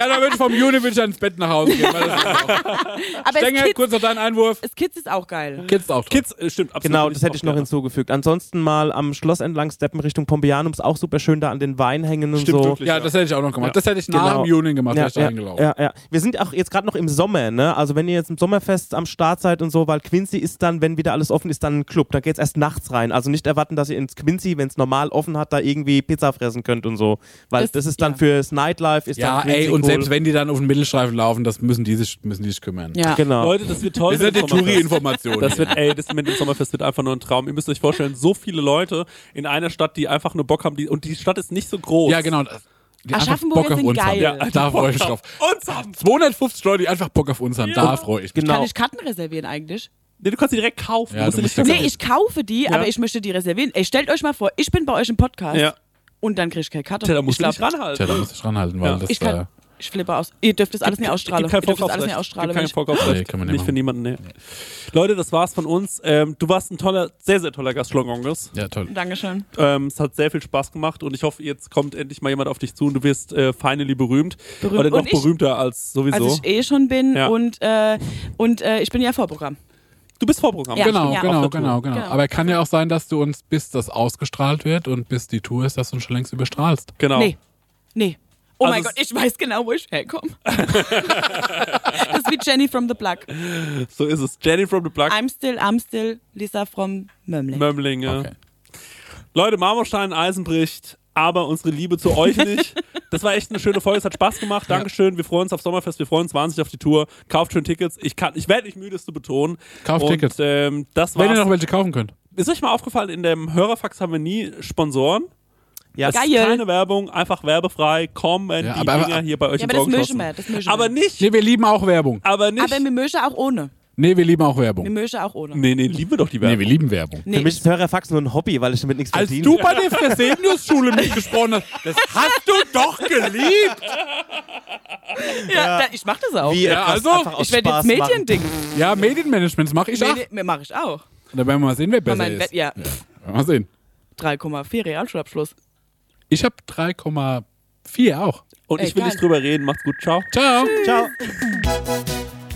D: dann würde ich vom Juni würde ich dann ins Bett nach Hause gehen. Weil das ist auch.
C: Aber es
D: Stenger,
C: Kids,
D: kurz noch deinen Einwurf.
C: es Kids ist auch geil.
D: Kids auch. Drin.
F: Kids, äh, stimmt, absolut.
A: Genau,
F: Ich
A: das hätte
F: auch
A: ich noch
F: gerne.
A: hinzugefügt. Ansonsten mal am Schloss entlang steppen Richtung Pompeianum ist auch super schön da an den Wein hängen und
F: Stimmt
A: so.
F: wirklich.
D: Ja, das hätte ich auch noch gemacht. Das hätte ich nach
A: Genau.
D: dem Juni gemacht, wäre ich da
A: ja,
D: hingelaufen.
A: ja, ja. Wir sind auch jetzt gerade noch im Sommer, ne? Also wenn ihr jetzt im Sommerfest am Start seid und so, weil Quincy ist dann, wenn wieder alles offen ist, dann ein Club. Da geht's erst nachts rein. Also nicht erwarten, dass ihr ins Quincy, wenn es normal offen hat, da irgendwie Pizza fressen könnt und so. Weil
C: Das-
A: das, ist dann
C: ja.
A: fürs Nightlife, ist
D: Ja,
A: dann Quincy
D: ey, und
A: cool.
D: selbst wenn die dann auf den Mittelstreifen laufen, das müssen die sich, müssen die sich kümmern.
C: Ja.
A: Genau.
F: Leute, das wird toll.
D: Das sind
F: mit
D: die
F: dem Sommerfest.
D: Touri-Informationen.
F: Das wird, ey, das mit dem Sommerfest wird einfach nur ein Traum. Ihr müsst euch vorstellen, so viele Leute in einer Stadt, die einfach nur Bock haben, die, und die Stadt ist nicht so groß.
D: Ja, genau. das- Die einfach
C: Ah, Aschaffenburger
D: Bock auf
C: sind
D: uns haben.
C: geil.
D: Ja, da freue ich mich drauf.
F: Und zusammen.
D: 250 Leute, die einfach Bock auf uns haben. Da freue ich mich.
A: Genau.
C: Kann ich Karten reservieren eigentlich?
F: Nee, du kannst sie direkt kaufen.
D: Ja,
F: musst
D: du
F: sie
D: musst
F: nicht
D: ja
F: kaufen.
C: Nee, ich kaufe die, aber ich möchte die reservieren. Ey, stellt euch mal vor, ich bin bei euch im Podcast
F: Ja.
C: und dann krieg ich keine Karte.
F: Tja, da musst
C: ich
F: du dich ranhalten.
D: Tja, da muss ich ranhalten, weil
F: Ja.
D: das.
C: ich
D: äh,
C: kann, ich flippe aus. Ihr dürft das alles nicht ausstrahlen. Ihr
F: Gibt kein
C: dürft das alles nicht
F: Vorkaufsrecht.
C: ausstrahlen.
F: Gibt kein
C: wenn ich-
F: Vorkaufsrecht.
D: Nee, kann man nicht
F: nicht für
D: machen.
F: niemanden. Nee. Leute, das war's von uns. Ähm, du warst ein toller, sehr, sehr toller Gast, Schlongonges.
D: ja, toll.
C: Dankeschön.
F: Ähm, es hat sehr viel Spaß gemacht und ich hoffe, jetzt kommt endlich mal jemand auf dich zu und du wirst äh, finally berühmt.
C: Berühmt.
F: Oder noch
C: Und ich-
F: berühmter als sowieso.
C: Also ich eh schon bin
F: Ja.
C: und, äh, und äh, ich bin ja Vorprogramm.
F: du bist Vorprogramm.
C: Ja.
D: Genau,
C: Ja.
D: genau,
F: Auf der
D: genau,
F: Tour.
D: genau,
C: Genau.
D: Aber kann ja auch sein, dass du uns, bis das ausgestrahlt wird und bis die Tour ist, dass du uns schon längst überstrahlst.
F: Genau.
C: Nee. Nee. Oh
F: Also
C: mein
F: es-
C: Gott, ich weiß genau, wo ich herkomme. das ist wie Jenny from the Block.
F: So ist es. Jenny from the Plug,
C: I'm still, I'm still Lisa from Mömling.
F: Mömlinge.
D: Okay.
F: Leute, Marmorstein, Eisenbricht, aber unsere Liebe zu euch nicht. Das war echt eine schöne Folge, es hat Spaß gemacht. Dankeschön, wir freuen uns auf Sommerfest, wir freuen uns wahnsinnig auf die Tour. Kauft schön Tickets. Ich, kann, ich werde nicht müde, es zu betonen.
D: Kauft
F: Und,
D: Tickets.
F: Ähm, das
D: Wenn ihr noch
F: war's.
D: welche kaufen könnt.
F: Ist euch mal aufgefallen, in dem Hörerfax haben wir nie Sponsoren.
A: ja,
F: Es ist
C: Geil.
F: Keine Werbung, einfach werbefrei. Kommen
D: Ja,
F: die
D: aber- aber-
F: Dinger hier bei euch
C: Ja,
F: ins
C: aber das
F: Auge
C: mögen
F: geschossen.
C: wir, das mögen wir.
F: Aber nicht,
D: Nee, wir lieben auch Werbung.
F: aber nicht.
C: Aber wir mögen auch ohne.
D: Nee, Ah. wir lieben auch
C: Wir
D: Werbung.
C: mögen auch ohne.
F: nee, nee, lieben wir doch die
D: Nee, wir
F: Werbung.
D: lieben Werbung.
C: Nee.
A: Für mich ist Hörerfax nur ein Hobby, weil ich damit nichts
D: Als
A: verdiene.
D: du bei der Fresenius-Schule mitgesprochen hast, das hast du doch geliebt.
C: Ja, da, ich mach das auch.
A: Wie
D: Ja,
A: etwas
D: also,
A: einfach aus
C: ich werde jetzt
A: Spaß machen.
C: Mediending.
D: Ja, Medienmanagement mache ich auch.
C: Medi mir mache ich auch.
D: Da werden wir mal sehen, wer
C: Bei
D: besser
C: meinem
D: ist.
C: Bett, ja.
D: Mal sehen.
C: 3,4 Realschulabschluss.
D: Ich habe 3,4 auch.
F: Und ich will
C: Egal.
F: nicht drüber reden. Macht's gut, ciao.
D: Ciao.
A: Ciao.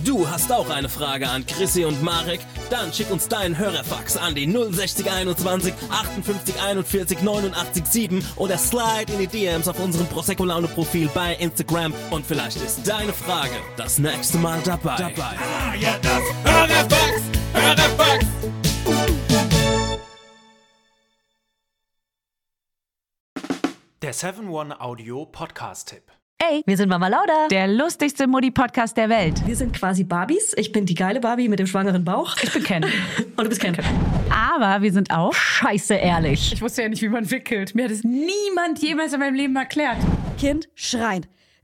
J: Du hast auch eine Frage an Chrissy und Marek? Dann schick uns deinen Hörerfax an die 06021 58 41 89 7 oder slide in die DMs auf unserem Prosecco Laune Profil bei Instagram und vielleicht ist deine Frage das nächste Mal dabei. dabei.
B: Ah, Ja, das Hörerfax, Hörerfax.
K: Der 7-One-Audio-Podcast-Tipp. Ey, wir sind Mama Lauda.
L: Der lustigste Mutti-Podcast der Welt.
M: Wir sind quasi Barbies. Ich bin die geile Barbie mit dem schwangeren Bauch.
L: Ich bin Ken.
M: Und du bist Ken.
L: Aber wir sind auch scheiße ehrlich.
N: Ich wusste ja nicht, wie man wickelt. Mir hat es niemand jemals in meinem Leben erklärt.
M: Kind, schreien.